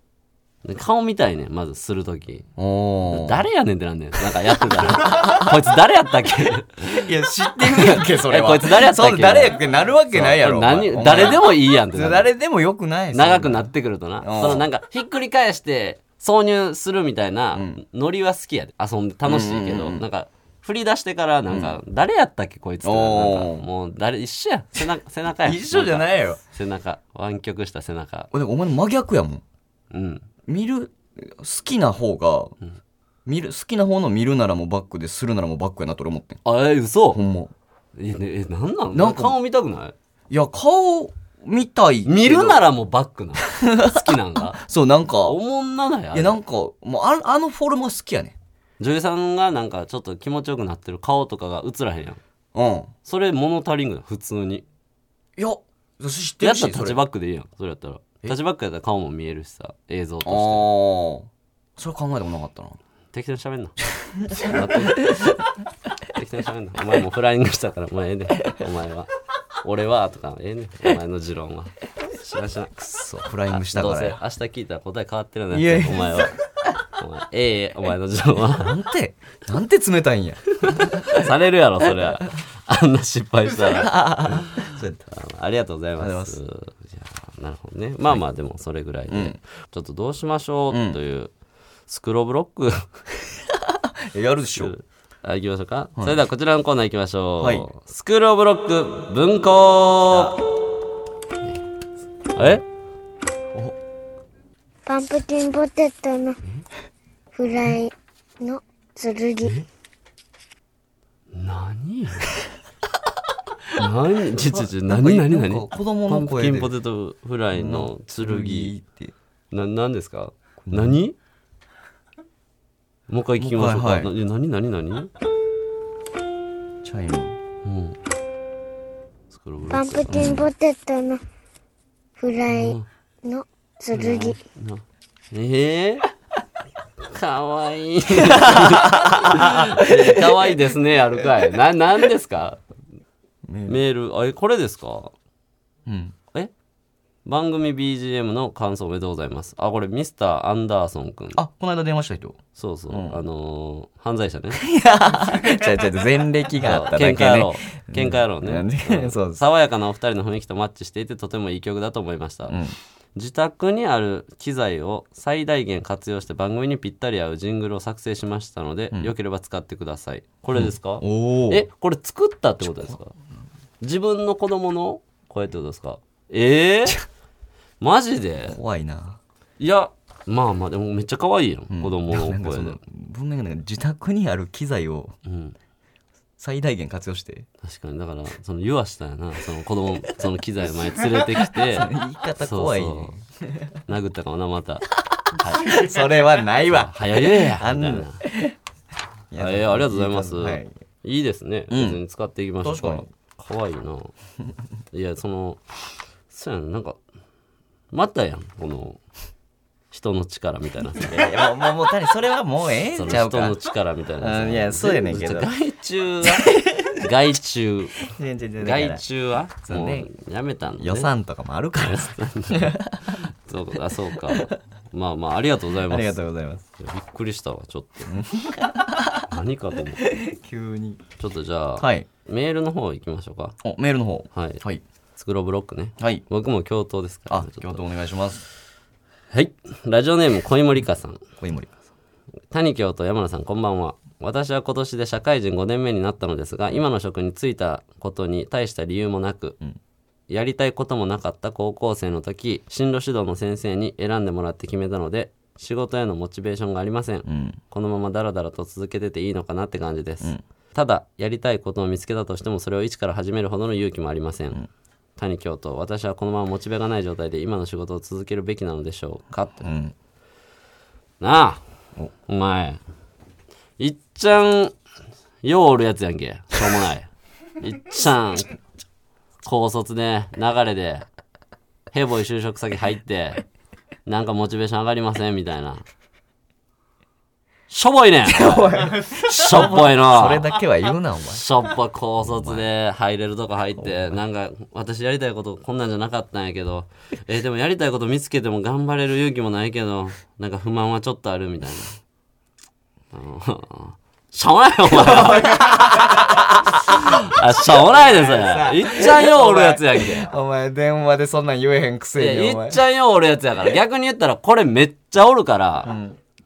Speaker 1: で顔見たいねんまずするとき
Speaker 3: おー
Speaker 1: 誰やねんってなんねんなんかやってたら (laughs) こいつ誰やったっけ
Speaker 3: いや知ってるやんけそれは (laughs)
Speaker 1: えこいつ誰やったっけ
Speaker 3: そう誰やっけなるわけないやろお前
Speaker 1: 何誰でもいいやんっ
Speaker 3: お
Speaker 1: て
Speaker 3: 前
Speaker 1: なる
Speaker 3: 誰でもよくない
Speaker 1: 長くな
Speaker 3: っ
Speaker 1: ってくるとなそ
Speaker 3: ん
Speaker 1: のなんかひっくり返して挿入するみたいなノリは好きやで遊んで楽しいけど、なんか振り出してからなんか、誰やったっけこいつってなんか
Speaker 3: おー
Speaker 1: もう誰一緒や背中背中や
Speaker 3: (laughs) 一緒じゃないよ
Speaker 1: 背中湾曲した背中
Speaker 3: お前真逆やもん
Speaker 1: うん
Speaker 3: 見る好きな方が、見る好きな方の見るならもうバックでするならもうバックやなと俺思ってん
Speaker 1: あえ嘘
Speaker 3: ほんま
Speaker 1: え、ねえ、なんなん
Speaker 3: なんか
Speaker 1: 顔見たくない
Speaker 3: いや顔見たいけど
Speaker 1: 見るならもうバックな。 (laughs) 好きなんか。
Speaker 3: そうなんか
Speaker 1: おもんなないあ
Speaker 3: い
Speaker 1: れ
Speaker 3: やなんかもうああのフォルムが好きやね
Speaker 1: 女優さんがなんかちょっと気持ちよくなってる顔とかが映らへんやん。
Speaker 3: うん
Speaker 1: それ物足りんぐらい、普通に。
Speaker 3: いやそし知って
Speaker 1: や
Speaker 3: る
Speaker 1: っ
Speaker 3: した
Speaker 1: らタッ
Speaker 3: そ
Speaker 1: チ
Speaker 3: れ
Speaker 1: バックでいいやん。それやったら。タッチバックやったら顔も見えるしさ、映像とし
Speaker 3: ああ
Speaker 1: て。
Speaker 3: ーそれ考えたことなかったな
Speaker 1: 適当に喋んな。待って適当に喋んな。お前もうフライングしたから、もうええねん。お前は。俺はとか、ええねん。お前の持論は。知らん知らん。
Speaker 3: くそフライングした
Speaker 1: ど
Speaker 3: か
Speaker 1: う
Speaker 3: ら
Speaker 1: せ明日
Speaker 3: や
Speaker 1: 聞いたら答え変わってる
Speaker 3: いやい
Speaker 1: ね
Speaker 3: や
Speaker 1: お前はお前ええお前の情報は (laughs)
Speaker 3: なんてなんて冷たいんや
Speaker 1: されるやろそりゃ (laughs) あんな失敗した (laughs) ら
Speaker 3: そうやった
Speaker 1: ありがとうございますいやなるほどねまあまあでもそれぐらいで、ちょっとどうしましょうという、スクローブロック
Speaker 3: えやるでしょ
Speaker 1: (laughs) あ行きましょうか、それではこちらのコーナー行きましょう、
Speaker 3: はい
Speaker 1: スクローブロック文庫え
Speaker 5: パンプキンポテトのフライの剣。
Speaker 1: 何 (laughs) 何ちょちょちょ何何
Speaker 3: なん
Speaker 1: 何
Speaker 3: か子供
Speaker 1: パ
Speaker 3: の
Speaker 1: ンプ
Speaker 3: 声
Speaker 1: キ
Speaker 3: で
Speaker 1: ンポテトフライの剣
Speaker 3: って
Speaker 1: な何ですか何もう一回聞きましょうか、
Speaker 3: もう一回
Speaker 1: な
Speaker 3: は
Speaker 1: 何何何
Speaker 3: チャイム
Speaker 1: スクローブロ
Speaker 5: パ
Speaker 1: ッ
Speaker 5: ンプキンポテトのフライの剣。
Speaker 1: クなえー、かわ
Speaker 3: (laughs)
Speaker 1: いいえーかわいいですねあるかいな何ですか
Speaker 3: メール
Speaker 1: メールあえこれですか
Speaker 3: うん
Speaker 1: え番組 BGM の感想おめでとうございますあこれミスターアンダーソンくん
Speaker 3: あこの間電話した人
Speaker 1: そうそう、
Speaker 3: うん
Speaker 1: あのー犯罪者ね
Speaker 3: (laughs) 違う違う前歴があっただけ
Speaker 1: 喧
Speaker 3: ね
Speaker 1: 嘩野郎喧嘩野郎ね、
Speaker 3: なんでそう (laughs) です
Speaker 1: 爽やかなお二人の雰囲気とマッチしていてとてもいい曲だと思いました、
Speaker 3: ん
Speaker 1: 自宅にある機材を最大限活用して番組にぴったり合うジングルを作成しましたので、よければ使ってくださいこれですか、
Speaker 3: おお
Speaker 1: えこれ作ったってことですか自分の子供の声ってことですかええ
Speaker 3: (laughs)
Speaker 1: ー、マジで
Speaker 3: 怖いない
Speaker 1: やまあまあでもめっちゃ可愛いやん、
Speaker 3: うん
Speaker 1: 子供の
Speaker 3: なんか
Speaker 1: 声
Speaker 3: そ
Speaker 1: で
Speaker 3: の文明がなんか自宅にある機材を
Speaker 1: うん
Speaker 3: 最大限活用して
Speaker 1: 確かにだからその湯はしたやなその子
Speaker 3: (laughs)
Speaker 1: 供その機材を前に連れてきて
Speaker 3: 言い方怖いね
Speaker 1: そうそう殴ったかもなまた
Speaker 3: それはな
Speaker 1: (laughs)
Speaker 3: いわ
Speaker 1: 早いや
Speaker 3: あん
Speaker 1: みた
Speaker 3: ない
Speaker 1: なはいありがとうございます
Speaker 3: はい
Speaker 1: いいですね、
Speaker 3: ん
Speaker 1: 別に使っていきましょう
Speaker 3: 確か
Speaker 1: かわいいないやそのそうやななんかまたやんこの人の力みたいなさ
Speaker 3: いやいやもうもうもう谷それはもうええ
Speaker 1: そ
Speaker 3: ん
Speaker 1: の
Speaker 3: ちゃ
Speaker 1: 人
Speaker 3: うか
Speaker 1: の力みたいな
Speaker 3: う
Speaker 1: さ
Speaker 3: んいやそうやねんけど
Speaker 1: ちょ害虫 (laughs) は害虫
Speaker 3: 全然
Speaker 1: 害虫は
Speaker 3: そう
Speaker 1: も
Speaker 3: ね
Speaker 1: うやめたんだね
Speaker 3: 予算とかもあるから
Speaker 1: そうかあそうかまあまあありがとうございます
Speaker 3: ありがとうございます
Speaker 1: いやびっくりしたわちょっと何かと思って
Speaker 3: 急に
Speaker 1: ちょっとじゃあ、
Speaker 3: はい
Speaker 1: メールの方行きましょうか
Speaker 3: おメールの方
Speaker 1: はい
Speaker 3: はい
Speaker 1: スクローブロックね
Speaker 3: はい
Speaker 1: 僕も教頭ですから
Speaker 3: あ
Speaker 1: ね、ちょっと
Speaker 3: 共同お願いします
Speaker 1: はいラジオネーム小森香さん
Speaker 3: 小井森
Speaker 1: 谷京と山田さんこんばんは私は今年で社会人5年目になったのですが今の職に就いたことに大した理由もなく、やりたいこともなかった高校生の時進路指導の先生に選んでもらって決めたので仕事へのモチベーションがありません、
Speaker 3: うん
Speaker 1: このままダラダラと続けてていいのかなって感じです、ただやりたいことを見つけたとしてもそれを一から始めるほどの勇気もありません、谷京都私はこのままモチベがない状態で今の仕事を続けるべきなのでしょうか、
Speaker 3: ん
Speaker 1: なあお前いっちゃんようおるやつやんけしょうもないいっちゃん高卒で流れでヘボい就職先入ってなんかモチベーション上がりませんみたいな (laughs) しょぼいねんしょっぽいの
Speaker 3: それだけは言うなお前
Speaker 1: しょっぱ高卒で入れるとこ入ってなんか私やりたいことこんなんじゃなかったんやけどえーでもやりたいこと見つけても頑張れる勇気もないけどなんか不満はちょっとあるみたいなうん (laughs) しょうもないよお前はあしょうもないですいっちゃんよおるやつやんけ
Speaker 3: (laughs) お前電話でそんなん言えへん
Speaker 1: いや
Speaker 3: くせ
Speaker 1: いっちゃんよおるやつやから逆に言ったらこれめっちゃおるから、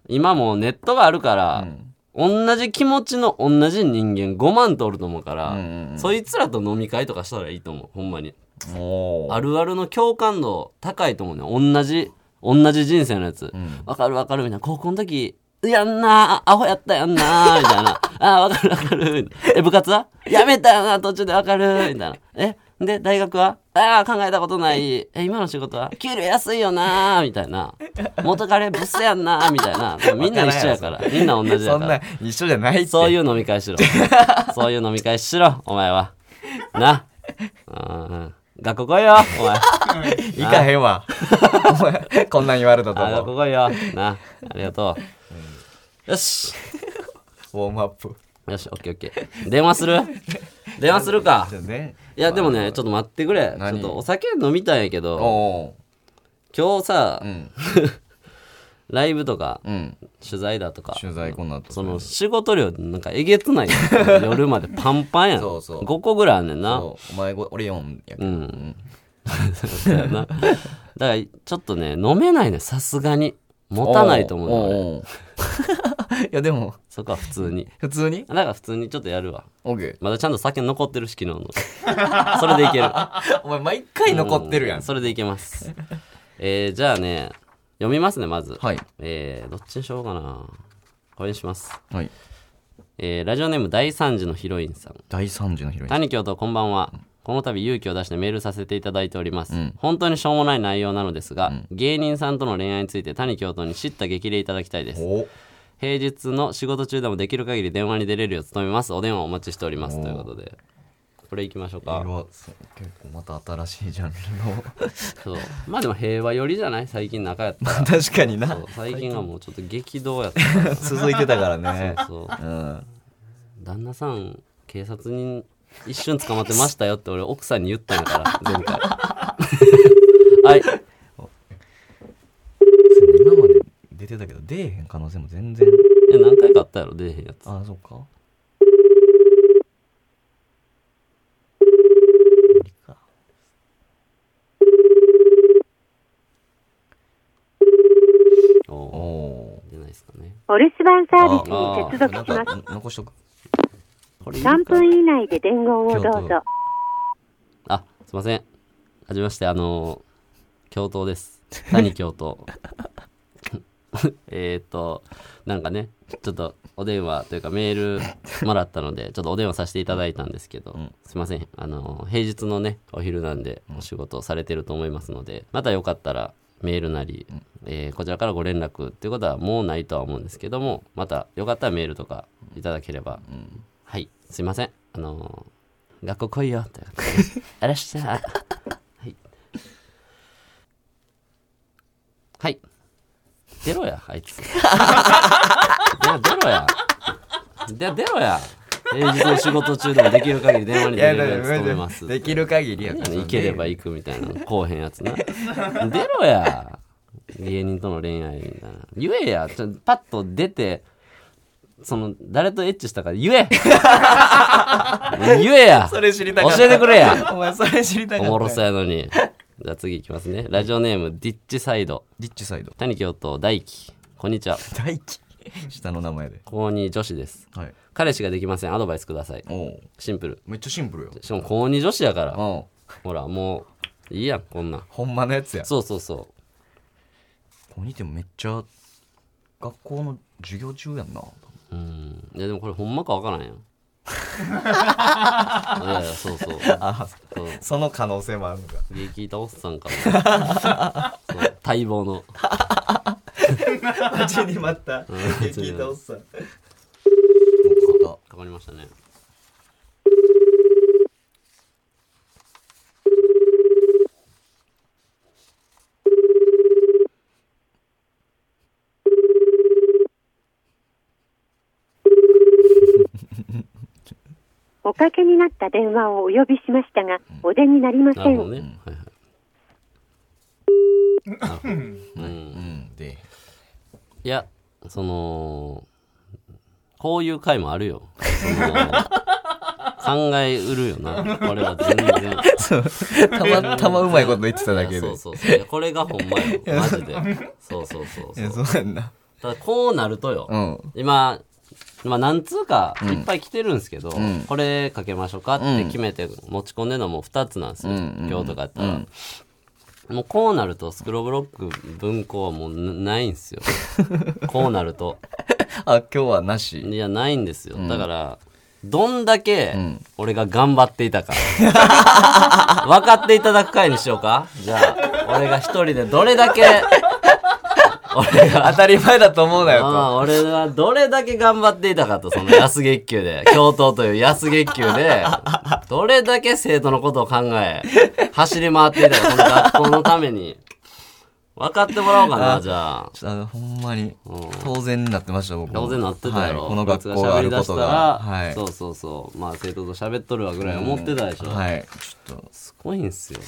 Speaker 1: 今もうネットがあるから、同じ気持ちの同じ人間5万とおると思うから、
Speaker 3: んうん
Speaker 1: そいつらと飲み会とかしたらいいと思うほんまに
Speaker 3: もう
Speaker 1: あるあるの共感度高いと思うね同じ同じ人生のやつわ、かるわかるみたいな高校の時やんなアホやったやんなみたいな (laughs) ああ、わかるわかる。え、部活はやめたよな、途中でわかる。みたいな。え、で、大学はああ、考えたことない。え、今の仕事は給料安いよな、みたいな。元彼ブスやんな、みたいな。でもみんな一緒やから。みんな同じや
Speaker 3: そん
Speaker 1: か
Speaker 3: な
Speaker 1: ら。
Speaker 3: 一緒じゃないって
Speaker 1: そういう飲み会しろ。そういう飲み会しろ、お前は。な。うん。学校来いよ、お前。
Speaker 3: 行かへんわ (laughs) お前こんなん言われたと
Speaker 1: あ、学校
Speaker 3: 思う
Speaker 1: 来いよ。な。ありがとう。よし。
Speaker 3: ウォームアップ
Speaker 1: よし、オッケーオッケー。電話する電話するか。
Speaker 3: ね
Speaker 1: いや、でもね、ちょっと待ってくれ。ちょ
Speaker 3: 何
Speaker 1: っとお酒飲みたいんやけ
Speaker 3: お
Speaker 1: ど、
Speaker 3: お
Speaker 1: 今日さ、
Speaker 3: ううん
Speaker 1: (laughs) ライブとか、
Speaker 3: うん
Speaker 1: 取材だとか、
Speaker 3: 取材こんなと
Speaker 1: その仕事量なんかえげつない。
Speaker 3: (laughs)
Speaker 1: 夜までパンパンやん。
Speaker 3: そうそう
Speaker 1: 5個ぐらいあんねんな。
Speaker 3: そうお前ご俺4やけ
Speaker 1: う
Speaker 3: ど
Speaker 1: ん。そうやな。だから、ちょっとね、飲めないね、さすがに。持たないと思うね俺
Speaker 3: おうおう (laughs) いやでも
Speaker 1: そこは普通に。
Speaker 3: 普通に
Speaker 1: だから普通にちょっとやるわ。
Speaker 3: OK
Speaker 1: まだちゃんと酒残ってるし、昨日の。 (laughs) それでいける。
Speaker 3: お前毎回 (laughs) 残ってるや
Speaker 1: うんそれでいけます。えー、じゃあね、読みますね、まず。
Speaker 3: はい
Speaker 1: えー、どっちにしようかな。これにします。
Speaker 3: はい
Speaker 1: えー、ラジオネーム第三次のヒロインさん。
Speaker 3: 第3次のヒロイン
Speaker 1: 谷京都こんばんは。この度勇気を出してメールさせていただいております。本当にしょうもない内容なのですが、芸人さんとの恋愛について谷京都に叱咤激励いただきたいです。
Speaker 3: お
Speaker 1: 平日の仕事中でもできる限り電話に出れるよう努めます。お電話お待ちしております。ということで。これいきましょうか。
Speaker 3: うわそう結構また新しいジャンルの
Speaker 1: そうまあでも平和寄りじゃない最近仲やったら
Speaker 3: (laughs) 確かにな
Speaker 1: そう最近はもうちょっと激動やった
Speaker 3: 続いてたか
Speaker 1: (laughs)
Speaker 3: らね
Speaker 1: そう
Speaker 3: うん
Speaker 1: 旦那さん警察に一瞬捕まってましたよって俺奥さんに言ったんやから前回 (laughs) はい
Speaker 3: 今まで出てたけど出えへん可能性も全然
Speaker 1: え何回かあったやろ出えへんやつ
Speaker 3: ああそうか無理か
Speaker 1: お
Speaker 3: お
Speaker 1: お
Speaker 3: お
Speaker 1: 出ないですかね
Speaker 6: お留守番サービス
Speaker 1: あ
Speaker 6: に
Speaker 1: あ
Speaker 6: 接
Speaker 3: なん
Speaker 6: 続し
Speaker 3: か
Speaker 6: ます。
Speaker 3: ん残しとく
Speaker 1: これいいか
Speaker 6: 3分以内で伝言をどうぞ。
Speaker 1: あすいませんはじめましてあのー教頭です谷教頭 (laughs) えーっとなんかねちょっとお電話というかメールもらったのでちょっとお電話させていただいたんですけど、すいませんあのー平日のねお昼なんでお仕事をされてると思いますのでまたよかったらメールなり、えーこちらからご連絡っていうことはもうないとは思うんですけどもまたよかったらメールとかいただければ、はいすいませんあのー学校来いよってあらした。はい。はい。出ろや、あいつ。いや出ろや。で出ろや。平日の仕事中でもできる限り電話に出れるやつめます。
Speaker 3: できる限りやから
Speaker 1: 行ければ行くみたいなこうへんやつな出ろや芸人との恋愛みたいな言えやちょパッと出てその誰とエッチしたか言
Speaker 3: (laughs)
Speaker 1: え言えや
Speaker 3: それ知りたかった
Speaker 1: 教えてくれや
Speaker 3: お前それ知りたか
Speaker 1: お
Speaker 3: った
Speaker 1: もろそうやの
Speaker 3: (laughs)
Speaker 1: にじゃあ次いきますねラジオネームディッチサイド
Speaker 3: リッチサイド
Speaker 1: 谷京都大輝こんにちは
Speaker 3: 大輝下の名前で
Speaker 1: 高2女子です
Speaker 3: はい
Speaker 1: 彼氏ができませんアドバイスください
Speaker 3: おう
Speaker 1: シンプル
Speaker 3: めっちゃシンプルよ
Speaker 1: しかも高2女子やから
Speaker 3: おう
Speaker 1: ほらもういいやんこんなん
Speaker 3: ほんまのやつや
Speaker 1: そうそうそう
Speaker 3: ここにいてもめっちゃ学校の授業中やんな
Speaker 1: うんいやでもこれほんまかわ
Speaker 3: (laughs)
Speaker 1: からんやんいやいやそうそう
Speaker 3: あ
Speaker 1: そう
Speaker 3: その可能性もあるのか
Speaker 1: 激いたおっさんかもそう待望の
Speaker 3: 待ちに待った
Speaker 1: 激痛おっ
Speaker 3: さん
Speaker 1: かかりましたね
Speaker 6: おかけになった電話をお呼びしましたが、お出になりませ
Speaker 1: なる
Speaker 6: ん
Speaker 1: ほど。ね、はいはい
Speaker 3: うんで
Speaker 1: いやそのこういう回もあるよその考えうるよな我は全然
Speaker 3: たまたまうまいこと言ってただ
Speaker 1: い
Speaker 3: け
Speaker 1: や
Speaker 3: で
Speaker 1: そうそうそういやこれがほんまよマジでそうそうそう
Speaker 3: い
Speaker 1: そ
Speaker 3: や
Speaker 1: う
Speaker 3: そうやんな
Speaker 1: ただこうなるとよ、
Speaker 3: うん
Speaker 1: 今、まあ、何通かいっぱい来てるんですけど、これかけましょうかって決めて持ち込んでるのはもう2つなんですよ、今日とかやったら、もうこう
Speaker 3: (laughs)
Speaker 1: なるとスクローブロック文庫はもうなないんですよこうなると
Speaker 3: あ、今日はなし。
Speaker 1: いやないんですよ、だからどんだけ
Speaker 3: ん
Speaker 1: 俺が頑張っていたか、 (laughs) 分かっていただく回にしようかじゃあ俺が一人でどれだけ俺が
Speaker 3: 当たり前だと思うなよと。
Speaker 1: ああ俺はどれだけ頑張っていたかとその安月給
Speaker 3: (laughs)
Speaker 1: で教頭という安月給でどれだけ生徒のことを考え走り回っていたかこの学校のために分かってもらおうかなじゃあ。
Speaker 3: ちょっとあのほんまに当然になってました僕も
Speaker 1: 当然なってたやろ、
Speaker 3: はい、この学校
Speaker 1: こいつ
Speaker 3: がある
Speaker 1: 喋り出
Speaker 3: こ
Speaker 1: した
Speaker 3: と
Speaker 1: ら
Speaker 3: がはい
Speaker 1: そうそうそうまあ生徒と喋っとるわぐらい思ってたでしょ、
Speaker 3: はいちょっ
Speaker 1: すごいんす
Speaker 3: (laughs)
Speaker 1: よ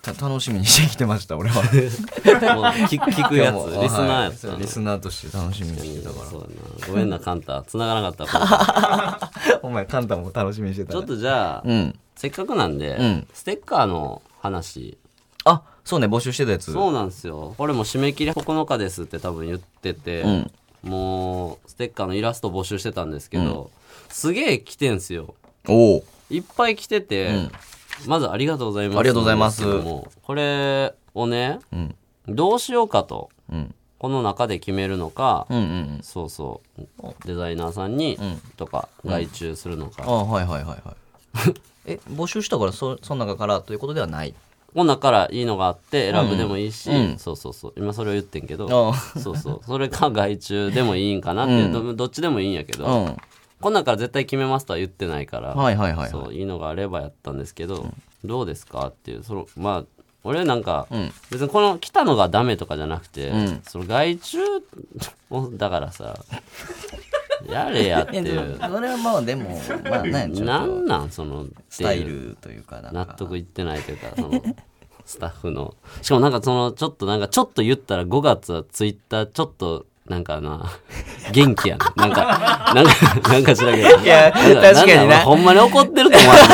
Speaker 3: とた楽しみにしてきてました
Speaker 1: (laughs)
Speaker 3: 俺
Speaker 1: も
Speaker 3: は
Speaker 1: う聞聞くやつ
Speaker 3: 今日も
Speaker 1: リスナーやった
Speaker 3: はいリスナーとして楽しみにしてきたか
Speaker 1: そうやなごめんなカンタ繋がなかった
Speaker 3: (laughs)
Speaker 1: 今回
Speaker 3: らお前カンタも楽しみにしてた
Speaker 1: ち
Speaker 3: ね
Speaker 1: ょっとじゃあ、
Speaker 3: うん
Speaker 1: せっかくなんで、
Speaker 3: ん
Speaker 1: ステッカーの話
Speaker 3: あそうね募集してたやつ
Speaker 1: そうなんですよこれも締め切り9日ですって多分言ってて、
Speaker 3: ん
Speaker 1: もうステッカーのイラスト募集してたんですけど、すげえ来てんすよ
Speaker 3: おお
Speaker 1: いっぱい来てて、まずありがとうございます。
Speaker 3: ありがとうございます
Speaker 1: なんですけどもこれをね、
Speaker 3: ん
Speaker 1: どうしようかと、
Speaker 3: うん
Speaker 1: この中で決めるのか、
Speaker 3: うんうんうん
Speaker 1: そうそう、デザイナーさんに、とか、外注するのか、
Speaker 3: あはいはいはいはい (laughs) え募集したからそその中からということではない
Speaker 1: この中からいいのがあって選ぶでもいいし、
Speaker 3: うん
Speaker 1: そうそうそう、今それを言ってんけど、
Speaker 3: あ
Speaker 1: そうそう、それか外注でもいいんかなっていう、どどっちでもいいんやけど、
Speaker 3: うんはい
Speaker 1: この中から絶対決めますとは言ってないから、
Speaker 3: はいはいはい
Speaker 1: そういいのがあればやったんですけど、どうですかっていうそのまあ俺なんか、別にこの来たのがダメとかじゃなくて、
Speaker 3: ん
Speaker 1: その外注をだからさやれやって
Speaker 3: えで
Speaker 1: い
Speaker 3: (laughs) も
Speaker 1: う
Speaker 3: それはまあでもまあねちょ
Speaker 1: な
Speaker 3: っと
Speaker 1: んなんその
Speaker 3: スタイルというかなんか
Speaker 1: 納得いってないというかそのスタッフのしかもなんかそのちょっとなんかちょっと言ったら5月はツイッターちょっとなんかな元気やななんかなんかなんか知らんけど
Speaker 3: い
Speaker 1: な
Speaker 3: や
Speaker 1: ん
Speaker 3: 確かに
Speaker 1: なん
Speaker 3: な
Speaker 1: だほんまに怒ってると思われる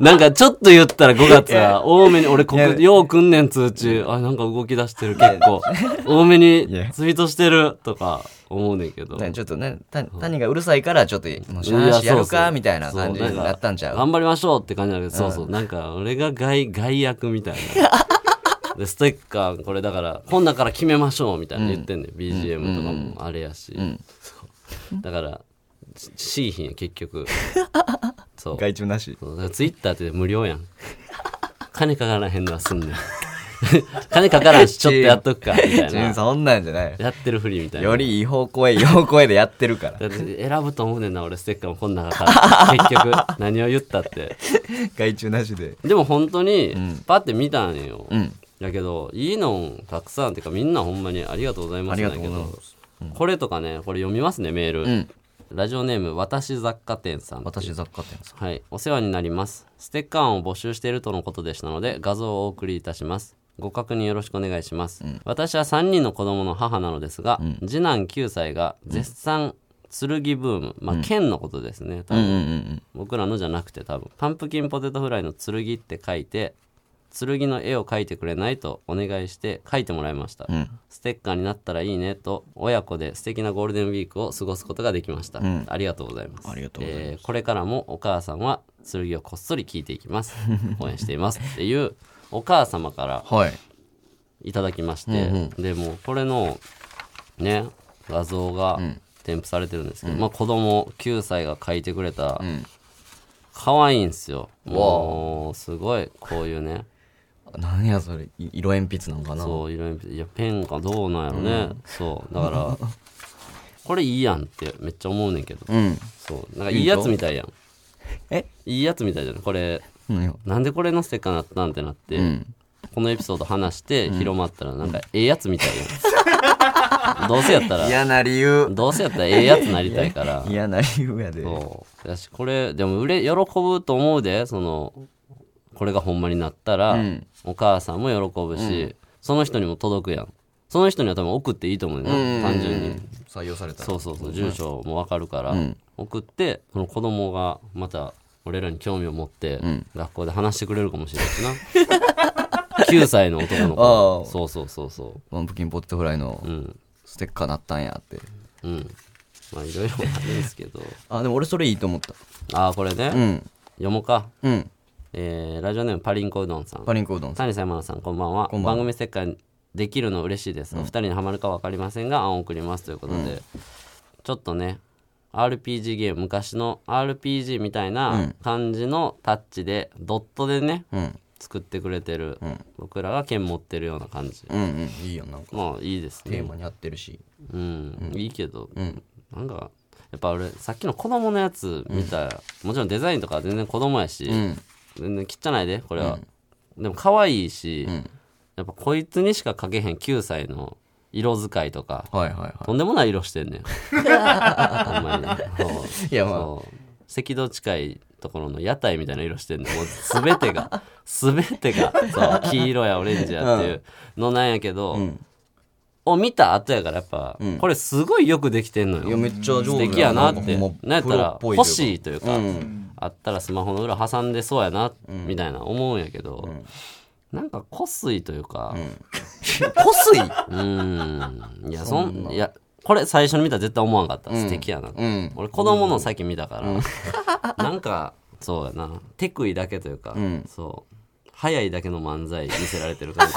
Speaker 1: なんかちょっと言ったら5月は多めに俺ここ
Speaker 3: いや
Speaker 1: よう訓練通知あなんか動き出してる結構多めに
Speaker 3: いや
Speaker 1: ツイートしてるとか思うねんけど
Speaker 3: ね、ちょっとね、た谷がうるさいから、ちょっと、もう、しゃ
Speaker 1: い
Speaker 3: ー
Speaker 1: や
Speaker 3: しや
Speaker 1: そ
Speaker 3: る
Speaker 1: うそう
Speaker 3: か、みたいな感じ
Speaker 1: そう
Speaker 3: になったんちゃ
Speaker 1: なか
Speaker 3: う
Speaker 1: 頑張りましょうって感じだけど、そうそう。なんか、俺が害、害役みたいな。 (laughs) で、ステッカー、これだから、今度から決めましょうみたいな言ってんね、BGM とかもあれやし。そうだから、ししいひんや、結 (laughs) 局。そう。
Speaker 3: 外注なし。
Speaker 1: そうだからツイッターって無料やん。金かからへんのはす (laughs) んねん。金かからんし、ちょっとやっとくか、み (laughs) たいな。
Speaker 3: そんなんじゃない。
Speaker 1: やってるふりみたいな。
Speaker 3: よりいい方向へ、いい方向へでやってる (laughs) から。
Speaker 1: だって選ぶと思うねんな俺ステッカーもこん中から結局何を言ったって
Speaker 3: 外注なしで。
Speaker 1: でも本当にパッて見たんよ、
Speaker 3: ん
Speaker 1: だけどいいのたくさんてかみんなほんまにありがとうございますなんだけ
Speaker 3: ありがとうござい
Speaker 1: どこれとかねこれ読みますねメール、
Speaker 3: ん
Speaker 1: ラジオネーム私雑貨店さん
Speaker 3: 私、雑貨店さ
Speaker 1: はい、お世話になります。ステッカーを募集しているとのことでしたので、画像をお送りいたします。ご確認よろしくお願いします。私は3人の子供の母なのですが、次男9歳が絶賛剣ブーム、まあ、剣のことですね、多分
Speaker 3: ん。うんうん
Speaker 1: 僕らのじゃなくて多分パンプキンポテトフライの剣って書いて剣の絵を描いてくれないとお願いして描いてもらいました、ステッカーになったらいいねと親子で素敵なゴールデンウィークを過ごすことができました、ありがとうございます
Speaker 3: ありがとうございます
Speaker 1: えーこれからもお母さんは剣をこっそり聞いていきます応援していますっていうお母様から
Speaker 3: うん。はい。
Speaker 1: いただきまして、でもうこれのね画像が添付されてるんですけど、まあ子供9歳が描いてくれた、可愛いんすよもうすごいこういうね
Speaker 3: なんや、それ、い色鉛筆なんかな。
Speaker 1: そう色鉛筆いやペンかどうなんやろね、そうだから (laughs) これいいやんってめっちゃ思うねんけど、
Speaker 3: うん。
Speaker 1: そうなんかいいやつみたいやん
Speaker 3: え
Speaker 1: いいやつみたいじゃないこれ
Speaker 3: 何よ。
Speaker 1: なんでこれのステッカーになったんってなって、
Speaker 3: ん
Speaker 1: このエピソード話して広まったらなんかええやつみたい
Speaker 3: (laughs)
Speaker 1: やんどうせやったら
Speaker 3: 嫌な理由。
Speaker 1: どうせやったらええやつになりたいから
Speaker 3: 嫌な理由やで。
Speaker 1: そうだしこれでも売れ喜ぶと思うでそのこれがほんまになったら、
Speaker 3: うん
Speaker 1: お母さんも喜ぶし、その人にも届くやんその人には多分送っていいと思うよ、
Speaker 3: うん
Speaker 1: 単純に
Speaker 3: 採用された。
Speaker 1: そうそうそう住所もわかるから、送ってその子供がまた俺らに興味を持って、学校で話してくれるかもしれないしな (laughs) 9歳の男の
Speaker 3: ああ
Speaker 1: 子そうそうそうそ
Speaker 3: パンプキンポテトフライの
Speaker 1: ううん
Speaker 3: ステッカーなったんやって。
Speaker 1: うんまあいろいろあるんですけど
Speaker 3: あ、でも俺それいいと思った。
Speaker 1: ああこれね、
Speaker 3: うん。
Speaker 1: 読もうか
Speaker 3: うん。
Speaker 1: えーラジオネームパリンコうどんさん
Speaker 3: パリンコうどんさん。
Speaker 1: 谷さんまなさんこんばんは
Speaker 3: こんばんは
Speaker 1: 番組ステッカーできるの嬉しいです、お二人にはまるかわかりませんが案を送りますということで、ちちょっとね RPG ゲーム昔の RPG みたいな感じのタッチで、ドットでね
Speaker 3: うん
Speaker 1: 作ってくれてる、僕らが剣持ってるような感じ、
Speaker 3: うんうんいいよなんか
Speaker 1: まあいいです
Speaker 3: テ
Speaker 1: ね
Speaker 3: ーマに合ってるし
Speaker 1: うん、いいけど、
Speaker 3: ん
Speaker 1: なんかやっぱ俺さっきの子供のやつ見たら、もちろんデザインとかは全然子供やし、
Speaker 3: うん
Speaker 1: 全然汚いでこれは、でも可愛いし、
Speaker 3: ん
Speaker 1: やっぱこいつにしか描けへん9歳の色使いとか、
Speaker 3: はいはいは
Speaker 1: とんでもない色してんねんほんまにそう
Speaker 3: (laughs) いやまあ
Speaker 1: そう赤道近いところの屋台みたいな色してんねんもう全てが全てがそう黄色やオレンジやっていうのなんやけど、
Speaker 3: ん
Speaker 1: を見た後やからやっぱ、
Speaker 3: ん
Speaker 1: これすごいよくできてんの
Speaker 3: いいや
Speaker 1: よ
Speaker 3: めっちゃ上手
Speaker 1: 素敵やなって
Speaker 3: んか
Speaker 1: なんやったら
Speaker 3: プロ
Speaker 1: 欲
Speaker 3: ぽ
Speaker 1: し
Speaker 3: い
Speaker 1: いという
Speaker 3: という
Speaker 1: か、
Speaker 3: かうん
Speaker 1: あったらスマホの裏挟んでそうやな、みたいな思うんやけど、なんかこすいというか、
Speaker 3: こすい
Speaker 1: うんいやそんいやこれ最初に見たら絶対思わんかった、素敵やな、
Speaker 3: うん
Speaker 1: 俺子供のさっき見たから、 (laughs) なんかそうやな手食いだけというか、
Speaker 3: ん
Speaker 1: そう早いだけの漫才見せられてる
Speaker 3: (laughs)
Speaker 1: 感じ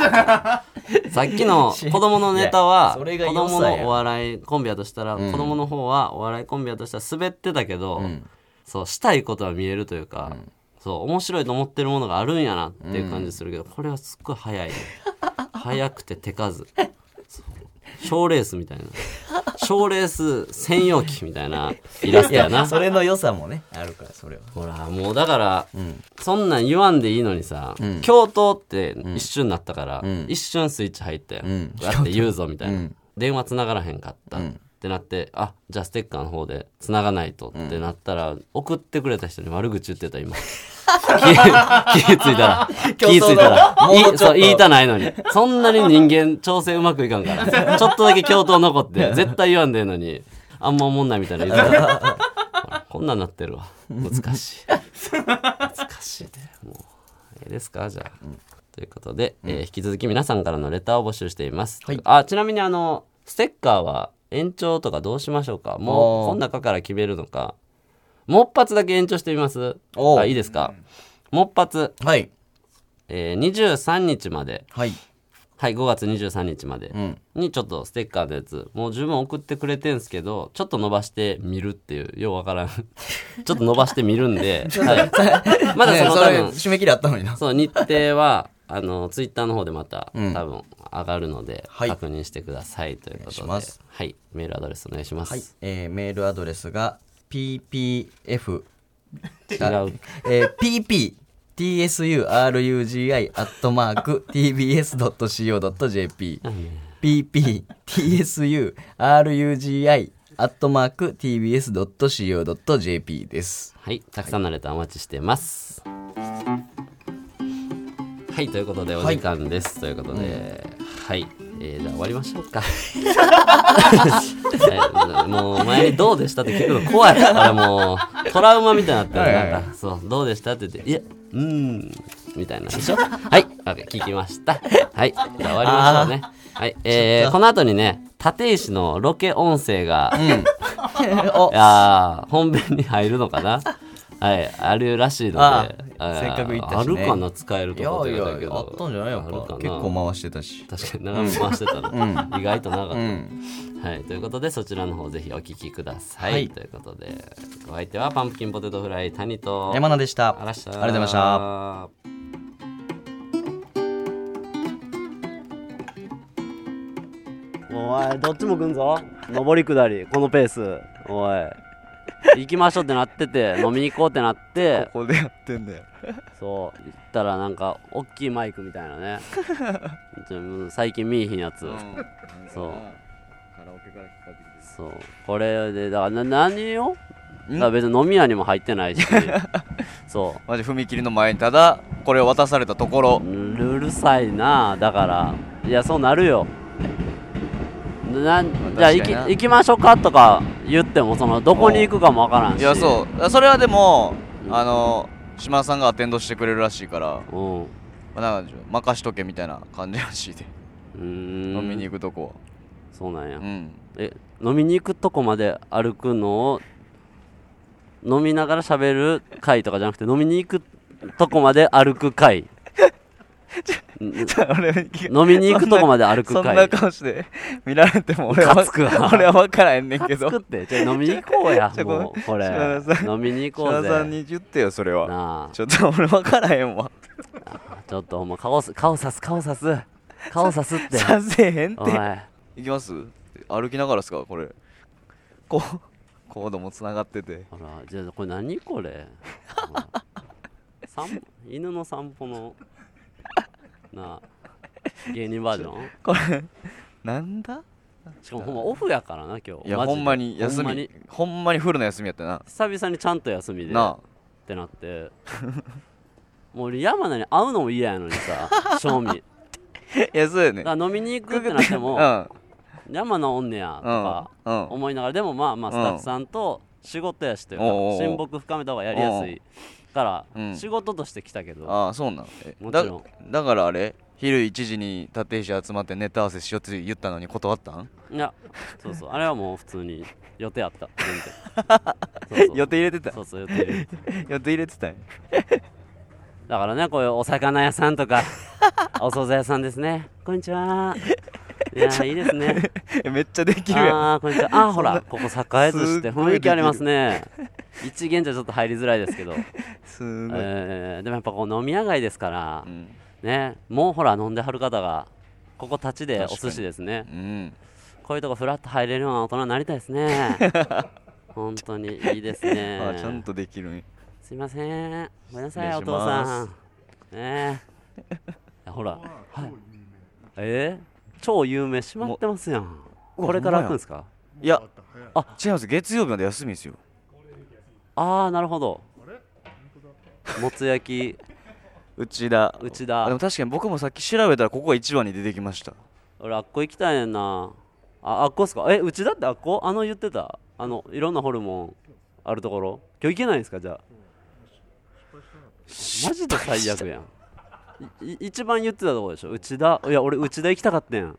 Speaker 1: さっきの子供のネタ
Speaker 3: いや
Speaker 1: は
Speaker 3: そ
Speaker 1: 子
Speaker 3: れが良さや
Speaker 1: 供のお笑いコンビやとしたら、子供の方はお笑いコンビやとしたら滑ってたけど、そうしたいことは見えるというか、そう面白いと思ってるものがあるんやなっていう感じするけど、これはすっごい早い、ね、早くて手数賞レースみたいな賞レース専用機みたいなイラストやな
Speaker 3: それの良さもねあるからそれは
Speaker 1: ほらもうだから、そんなん言わんでいいのにさ、教頭って一瞬なったから、一瞬スイッチ入ったよ、
Speaker 3: ん
Speaker 1: やって言うぞみたいな、電話つながらへんかった、ってなってあじゃあステッカーの方でつながないとってなったら、送ってくれた人に悪口言ってた今気気ぃついたら気
Speaker 3: (laughs)
Speaker 1: ぃつい
Speaker 3: 競争
Speaker 1: た
Speaker 3: だ
Speaker 1: ら
Speaker 3: もうちょっと
Speaker 1: いそう言いたないのにそんなに人間調整うまくいかん
Speaker 3: (laughs)
Speaker 1: からちょっとだけ教頭残って絶対言わんでええのにあんま思んないみたいな言ってたほらこんなんなってるわ難しい難しいでもうええですかじゃあ、ということで、えー引き続き皆さんからのレターを募集しています、あちなみにあのステッカーは延長とかどうしましょうかも
Speaker 3: あ
Speaker 1: う
Speaker 3: ー
Speaker 1: この中から決めるのかもっぱつだけ延長してみます
Speaker 3: おう
Speaker 1: あいいですかもっぱつ、
Speaker 3: はい
Speaker 1: えー、23日まで
Speaker 3: はい
Speaker 1: はい5月23日まで、
Speaker 3: うん
Speaker 1: にちょっとステッカーのやつもう十分送ってくれてんすけどちょっと伸ばしてみるっていうようわからん (laughs) ちょっと伸ばしてみるん
Speaker 3: (laughs)
Speaker 1: で、はい、まだそ
Speaker 3: ね
Speaker 1: の
Speaker 3: そ
Speaker 1: 多
Speaker 3: れ
Speaker 1: 分
Speaker 3: 締め切りあったのにな
Speaker 1: そう日程はあのツイッターの方でまた多
Speaker 3: ん
Speaker 1: 分上がるので、
Speaker 3: はい
Speaker 1: 確認してくださいということ
Speaker 3: お
Speaker 1: で
Speaker 3: 願いします
Speaker 1: はい、メールアドレスお願いします、
Speaker 3: はい、えーメールアドレスが ppf 違
Speaker 1: 違う、
Speaker 3: えー、pptsurugi アットマーク tbs.co.jp pptsurugi アットマーク tbs.co.jp です。
Speaker 1: はい、たくさんのレターお待ちしてますはいということでお時間です、ということで、はい、えーじゃあ終わりましょう (laughs) かはい、もう前に「どうでした?」って聞くの怖いからもうトラウマみたいになってるなんかそう「どうでした?」って言って「いやうーん」みたいなんでしょはいわか聞きましたはいじゃあ終わりましょうねはいえーこの後にね立石のロケ音声が、
Speaker 3: お
Speaker 1: いやー本編に入るのか
Speaker 3: (laughs)
Speaker 1: なはいあるらしいので
Speaker 3: あ
Speaker 1: あー
Speaker 3: せっかく行ったしね
Speaker 1: あるかな使える
Speaker 3: い
Speaker 1: とこ
Speaker 3: や
Speaker 1: と
Speaker 3: い
Speaker 1: かだけ
Speaker 3: や、
Speaker 1: ど
Speaker 3: あったんじゃないやっ
Speaker 1: あるか
Speaker 3: ぱ
Speaker 1: な
Speaker 3: 結構回してたし。
Speaker 1: 確かに長めに回してたな、意外と長かった、
Speaker 3: うん。
Speaker 1: はい、ということでそちらの方ぜひお聞きください、
Speaker 3: はい
Speaker 1: ということでお相手はパンプキンポテトフライ谷と
Speaker 3: 山名でした。
Speaker 1: あらっしゃ
Speaker 3: ありがとうございました。
Speaker 1: お前どっちも来んぞ上り下りこのペースおい行きましょうってなって
Speaker 3: (laughs)
Speaker 1: て飲みに行こうってなって
Speaker 2: ここでやってんだよ
Speaker 1: そう行ったらなんか大きいマイクみたいなねちょ最近見えひんやつ、そう
Speaker 2: カラオケから引っ張ってきて
Speaker 1: そうこれでだからな何よだから別に飲み屋にも入ってない
Speaker 3: (laughs)
Speaker 1: しそう
Speaker 2: マジ踏切の前にただこれを渡されたところ
Speaker 1: うるさいなだからいやそうなるよな
Speaker 2: あ
Speaker 1: じゃあ
Speaker 2: 確
Speaker 1: 行
Speaker 2: か
Speaker 1: き
Speaker 2: にな
Speaker 1: 行きましょうかとか言ってもそのどこに行くかもわからんし
Speaker 2: いやそうそれはでも
Speaker 1: うん
Speaker 2: あの島田さんがアテンドしてくれるらしいから
Speaker 1: ううんう
Speaker 2: まあなんか任しとけみたいな感じらしいで
Speaker 1: ーん
Speaker 2: 飲みに行くとこ
Speaker 1: そうなんや、
Speaker 2: はうん
Speaker 1: え飲みに行くとこまで歩くのを飲みなが
Speaker 2: (laughs)
Speaker 1: ら喋る会とかじゃなくて飲みに行くとこまで歩く会
Speaker 2: 俺
Speaker 1: 飲みに行くとこまで歩く
Speaker 2: そん
Speaker 1: 会
Speaker 2: な顔して見られても俺
Speaker 1: ムカ
Speaker 2: は
Speaker 1: つくわ
Speaker 2: 俺は分からへんねんけど
Speaker 1: 作ってじゃあ飲みに行こうや
Speaker 2: (laughs) ちょごめん
Speaker 1: もうこれ
Speaker 2: 島田さん
Speaker 1: 飲みに行こ
Speaker 2: 島田
Speaker 1: うぜ
Speaker 2: さんに言ってよそれは
Speaker 1: なあ
Speaker 2: ちょっと俺分からへん
Speaker 1: (laughs)
Speaker 2: わ
Speaker 1: ちょっとお前顔す顔さす顔さす顔さすって
Speaker 2: させへん
Speaker 1: お
Speaker 2: て
Speaker 1: 前
Speaker 2: いきます歩きながらですかこれこうコードもつながってて
Speaker 1: ほらじゃあこれ何これほら散歩犬の散歩のなあ芸人バージョン
Speaker 2: これなんだ
Speaker 1: しかもほんまオフやからな今日
Speaker 2: いや
Speaker 1: マジ
Speaker 2: ほ
Speaker 1: で
Speaker 2: んまに休
Speaker 1: ほんま
Speaker 2: みほんまにフルの休みやったな
Speaker 1: 久々にちゃんと休みで
Speaker 2: な
Speaker 1: ってなってもう俺山名に会うのも嫌やのにさ正味
Speaker 2: あいやそうやね
Speaker 1: だから飲みに行くってなっ
Speaker 2: (laughs)
Speaker 1: て
Speaker 2: うん
Speaker 1: も、山名おんねやとか
Speaker 2: うんうん
Speaker 1: 思いながらでもまあまあ
Speaker 2: う
Speaker 1: ス
Speaker 2: ん
Speaker 1: タッフさんと仕事やしというか
Speaker 2: おうおうおう
Speaker 1: 親睦深めた方がやりやすいから
Speaker 2: うん
Speaker 1: 仕事として来たけど
Speaker 2: ああそうなんえ
Speaker 1: も
Speaker 2: だ
Speaker 1: ちろん
Speaker 2: だからあれ昼1時に立石集まってネタ合わせしようって言ったのに断ったん
Speaker 1: いやそうそうあれはもう普通に予定あった
Speaker 2: (laughs)
Speaker 1: 全
Speaker 2: 予
Speaker 1: 然
Speaker 2: 定入れてた
Speaker 1: そうそうそうそう予定入れて
Speaker 2: 予定入れてたんや
Speaker 1: だからねこういうお魚屋さん
Speaker 2: (laughs)
Speaker 1: とかお惣菜屋さんですねこんにちはいやーいいですね
Speaker 2: えめっちゃできるやん
Speaker 1: ああーこんにちはあーほらここ栄寿司っ
Speaker 2: す
Speaker 1: て
Speaker 2: っごい
Speaker 1: 雰囲気ありますね一元じゃちょっと入りづらいですけど、
Speaker 2: すごい、
Speaker 1: えーでもやっぱこう飲み屋街ですから
Speaker 2: う、ん
Speaker 1: ねもうほら飲んではる方がここ立ちで
Speaker 2: 確か
Speaker 1: お
Speaker 2: に
Speaker 1: 寿司ですね
Speaker 2: うん
Speaker 1: こういうとこフラッと入れるような大人になりたいで
Speaker 2: (laughs)
Speaker 1: すね本当にいいですね
Speaker 2: あちゃんとできるんや
Speaker 1: すいませんごめんなさい
Speaker 2: 失礼
Speaker 1: お
Speaker 2: し
Speaker 1: 父さ
Speaker 2: ま
Speaker 1: んね
Speaker 2: (laughs)
Speaker 1: えほらはいえー、超有名閉まってますやん
Speaker 2: うわ
Speaker 1: これから開くんですか
Speaker 2: いや違うんです月曜日まで休みですよ
Speaker 1: ああなるほどもつ焼き
Speaker 2: 内田
Speaker 1: 内
Speaker 2: あでも
Speaker 1: 田
Speaker 2: 確かに僕もさっき調べたらここが一番に出てきました
Speaker 1: 俺あっこ行きたいねんなああっこっすかえ内田ってあっこあの言ってたあのいろんなホルモンあるところ今日行けないんですかじゃあマジで最悪やんいい一番言ってたとこでしょ内田いや俺内田行きたかったやん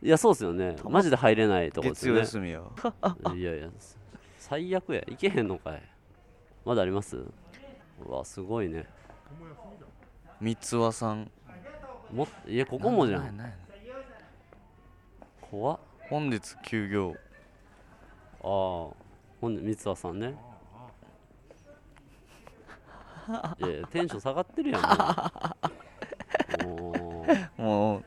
Speaker 1: いやそうっすよねマジで入れないとこです
Speaker 2: 月
Speaker 1: よ
Speaker 2: 曜
Speaker 1: ね
Speaker 2: 休みや
Speaker 1: いやいや最悪や行けへんのかいまだありますうわすごいね
Speaker 2: 三つ輪さん
Speaker 1: もっいやここもじゃん
Speaker 2: なや
Speaker 1: 怖っ
Speaker 2: 本日休業
Speaker 1: ああほんで三輪さんねいやいやテンション下がってるやんもうもう
Speaker 2: もう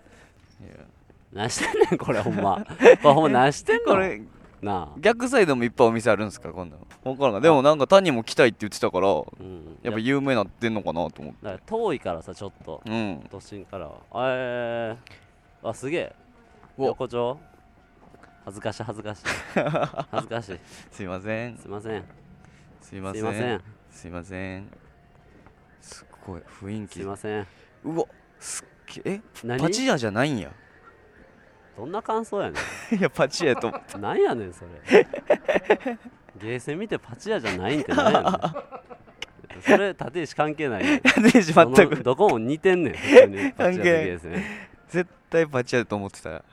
Speaker 1: 何してんねんこれほん
Speaker 2: (laughs)
Speaker 1: まこれほんま何してんの
Speaker 2: これ
Speaker 1: なあ、
Speaker 2: 逆サイドもいっぱいお店あるんですか今度分からんでもなんか谷も来たいって言ってたから
Speaker 1: うん、
Speaker 2: やっぱ
Speaker 1: い
Speaker 2: 有名なってんのかなと思って
Speaker 1: だから遠いからさちょっと
Speaker 2: うん
Speaker 1: 都心からはえー、あすげえ
Speaker 2: うわ
Speaker 1: 横丁恥ずかしい恥ずか
Speaker 2: (laughs)
Speaker 1: しい恥ずかしい
Speaker 2: すいません
Speaker 1: すいません
Speaker 2: すいますせ
Speaker 1: いません
Speaker 2: んすいませんすっごい雰囲
Speaker 1: す
Speaker 2: 気
Speaker 1: いません
Speaker 2: うわすっげえ
Speaker 1: 何
Speaker 2: パチ屋じゃないんや
Speaker 1: どんな感想やねん
Speaker 2: (laughs) いやパチ屋やと思った
Speaker 1: なんやねん
Speaker 2: (laughs)
Speaker 1: それゲーセン見てパチ屋じゃないんってなんやねんそれ立石関係ないやん
Speaker 2: 全
Speaker 1: ど
Speaker 2: く
Speaker 1: のどこも似てんねん普通にパチ屋と
Speaker 2: 関係
Speaker 1: ゲ
Speaker 2: ない
Speaker 1: ーセン
Speaker 2: 絶対パチ屋だと思ってた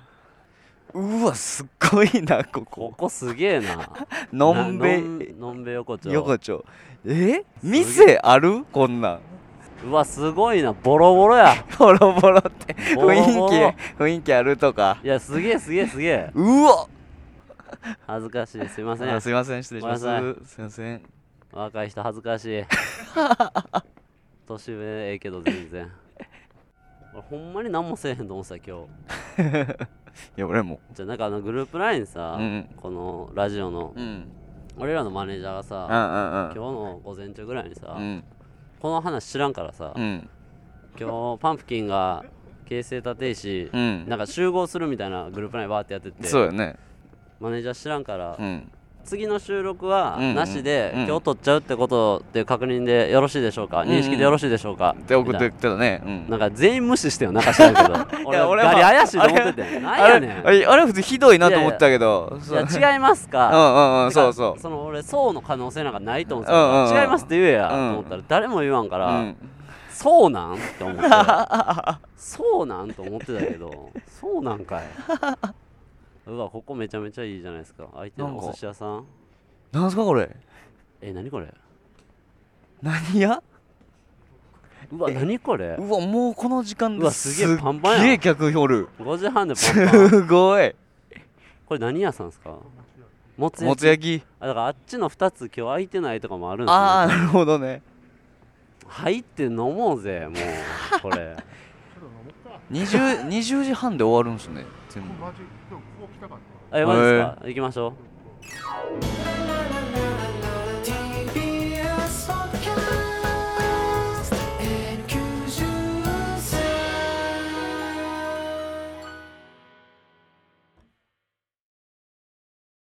Speaker 2: うわすっごいなこ
Speaker 1: こ
Speaker 2: こ
Speaker 1: こすげえな
Speaker 2: のんべ
Speaker 1: なのんべ横丁
Speaker 2: 横丁え店あるこんなん
Speaker 1: うわすごいなボロボロや
Speaker 2: ボロボロって
Speaker 1: ボ
Speaker 2: 雰
Speaker 1: ロボロ
Speaker 2: 囲気雰囲気あるとか
Speaker 1: いやすげえすげえすげえ
Speaker 2: うわ
Speaker 1: 恥ずかしいすいません
Speaker 2: あすいません失礼します
Speaker 1: ごめんな
Speaker 2: すいません
Speaker 1: 若い人恥ずかしい年上ええけど全然俺ほんまに何もせえへんと思ってた今日
Speaker 2: いや俺も
Speaker 1: じゃあなんかあのグループラインさ、
Speaker 2: うん
Speaker 1: このラジオの
Speaker 2: うんうん
Speaker 1: 俺らのマネージャーがさ、
Speaker 2: うん
Speaker 1: 今日の午前中ぐらいにさ、
Speaker 2: うん
Speaker 1: この話知らんからさ、
Speaker 2: うん
Speaker 1: 今日パンプキンが京成立石、
Speaker 2: うん
Speaker 1: なんか集合するみたいなグループラインバーってやってて
Speaker 2: そうよね
Speaker 1: マネージャー知らんから、
Speaker 2: うん
Speaker 1: 次の収録は
Speaker 2: うんうん
Speaker 1: なしで、
Speaker 2: うん
Speaker 1: 今日撮っちゃうってことっていう確認でよろしいでしょうか、
Speaker 2: ん
Speaker 1: 認識でよろしいでしょうか
Speaker 2: って送って
Speaker 1: みたい
Speaker 2: きてたねう
Speaker 1: ななんんか全員無視してよなんか知らんけど
Speaker 2: (laughs) いや
Speaker 1: 俺
Speaker 2: は
Speaker 1: ガリ怪しいと思って
Speaker 2: あ
Speaker 1: て
Speaker 2: れ
Speaker 1: なんやねん
Speaker 2: あれあれ普通ひどいなと思ってたけどそう
Speaker 1: いや違いますか
Speaker 2: うんうんう
Speaker 1: て
Speaker 2: ん
Speaker 1: か
Speaker 2: そうそう
Speaker 1: その俺そうの可能性なんかないと思って
Speaker 2: うんうん
Speaker 1: た
Speaker 2: う
Speaker 1: か
Speaker 2: ん
Speaker 1: ら違いますって言えやと
Speaker 2: うん
Speaker 1: 思ったら誰も言わんか
Speaker 2: う
Speaker 1: ら
Speaker 2: ん
Speaker 1: そうなんって思ってそうなんと思ってたけどそうなんかいうわここめちゃめちゃいいじゃないですか相手
Speaker 2: な
Speaker 1: の
Speaker 2: んか
Speaker 1: お寿司屋さん
Speaker 2: なんすかこれ
Speaker 1: え何これ
Speaker 2: 何や
Speaker 1: うわ何これ
Speaker 2: うわもうこの時間
Speaker 1: う
Speaker 2: で
Speaker 1: わ
Speaker 2: す
Speaker 1: す
Speaker 2: っ
Speaker 1: げえパンパンやん
Speaker 2: げえ客おる
Speaker 1: 5時半でパ
Speaker 2: (laughs)
Speaker 1: ンパン
Speaker 2: すごい
Speaker 1: これ何屋さんですかもつ
Speaker 2: も
Speaker 1: 焼
Speaker 2: つ
Speaker 1: き
Speaker 2: 焼き
Speaker 1: あだからあっちの2つ今日空いてないとかもあるんですね
Speaker 2: ああなるほどね
Speaker 1: 入って飲もうぜもう
Speaker 2: (laughs)
Speaker 1: これ
Speaker 2: 20, 20時半で終わるんですね全部
Speaker 1: えマジですか行きましょう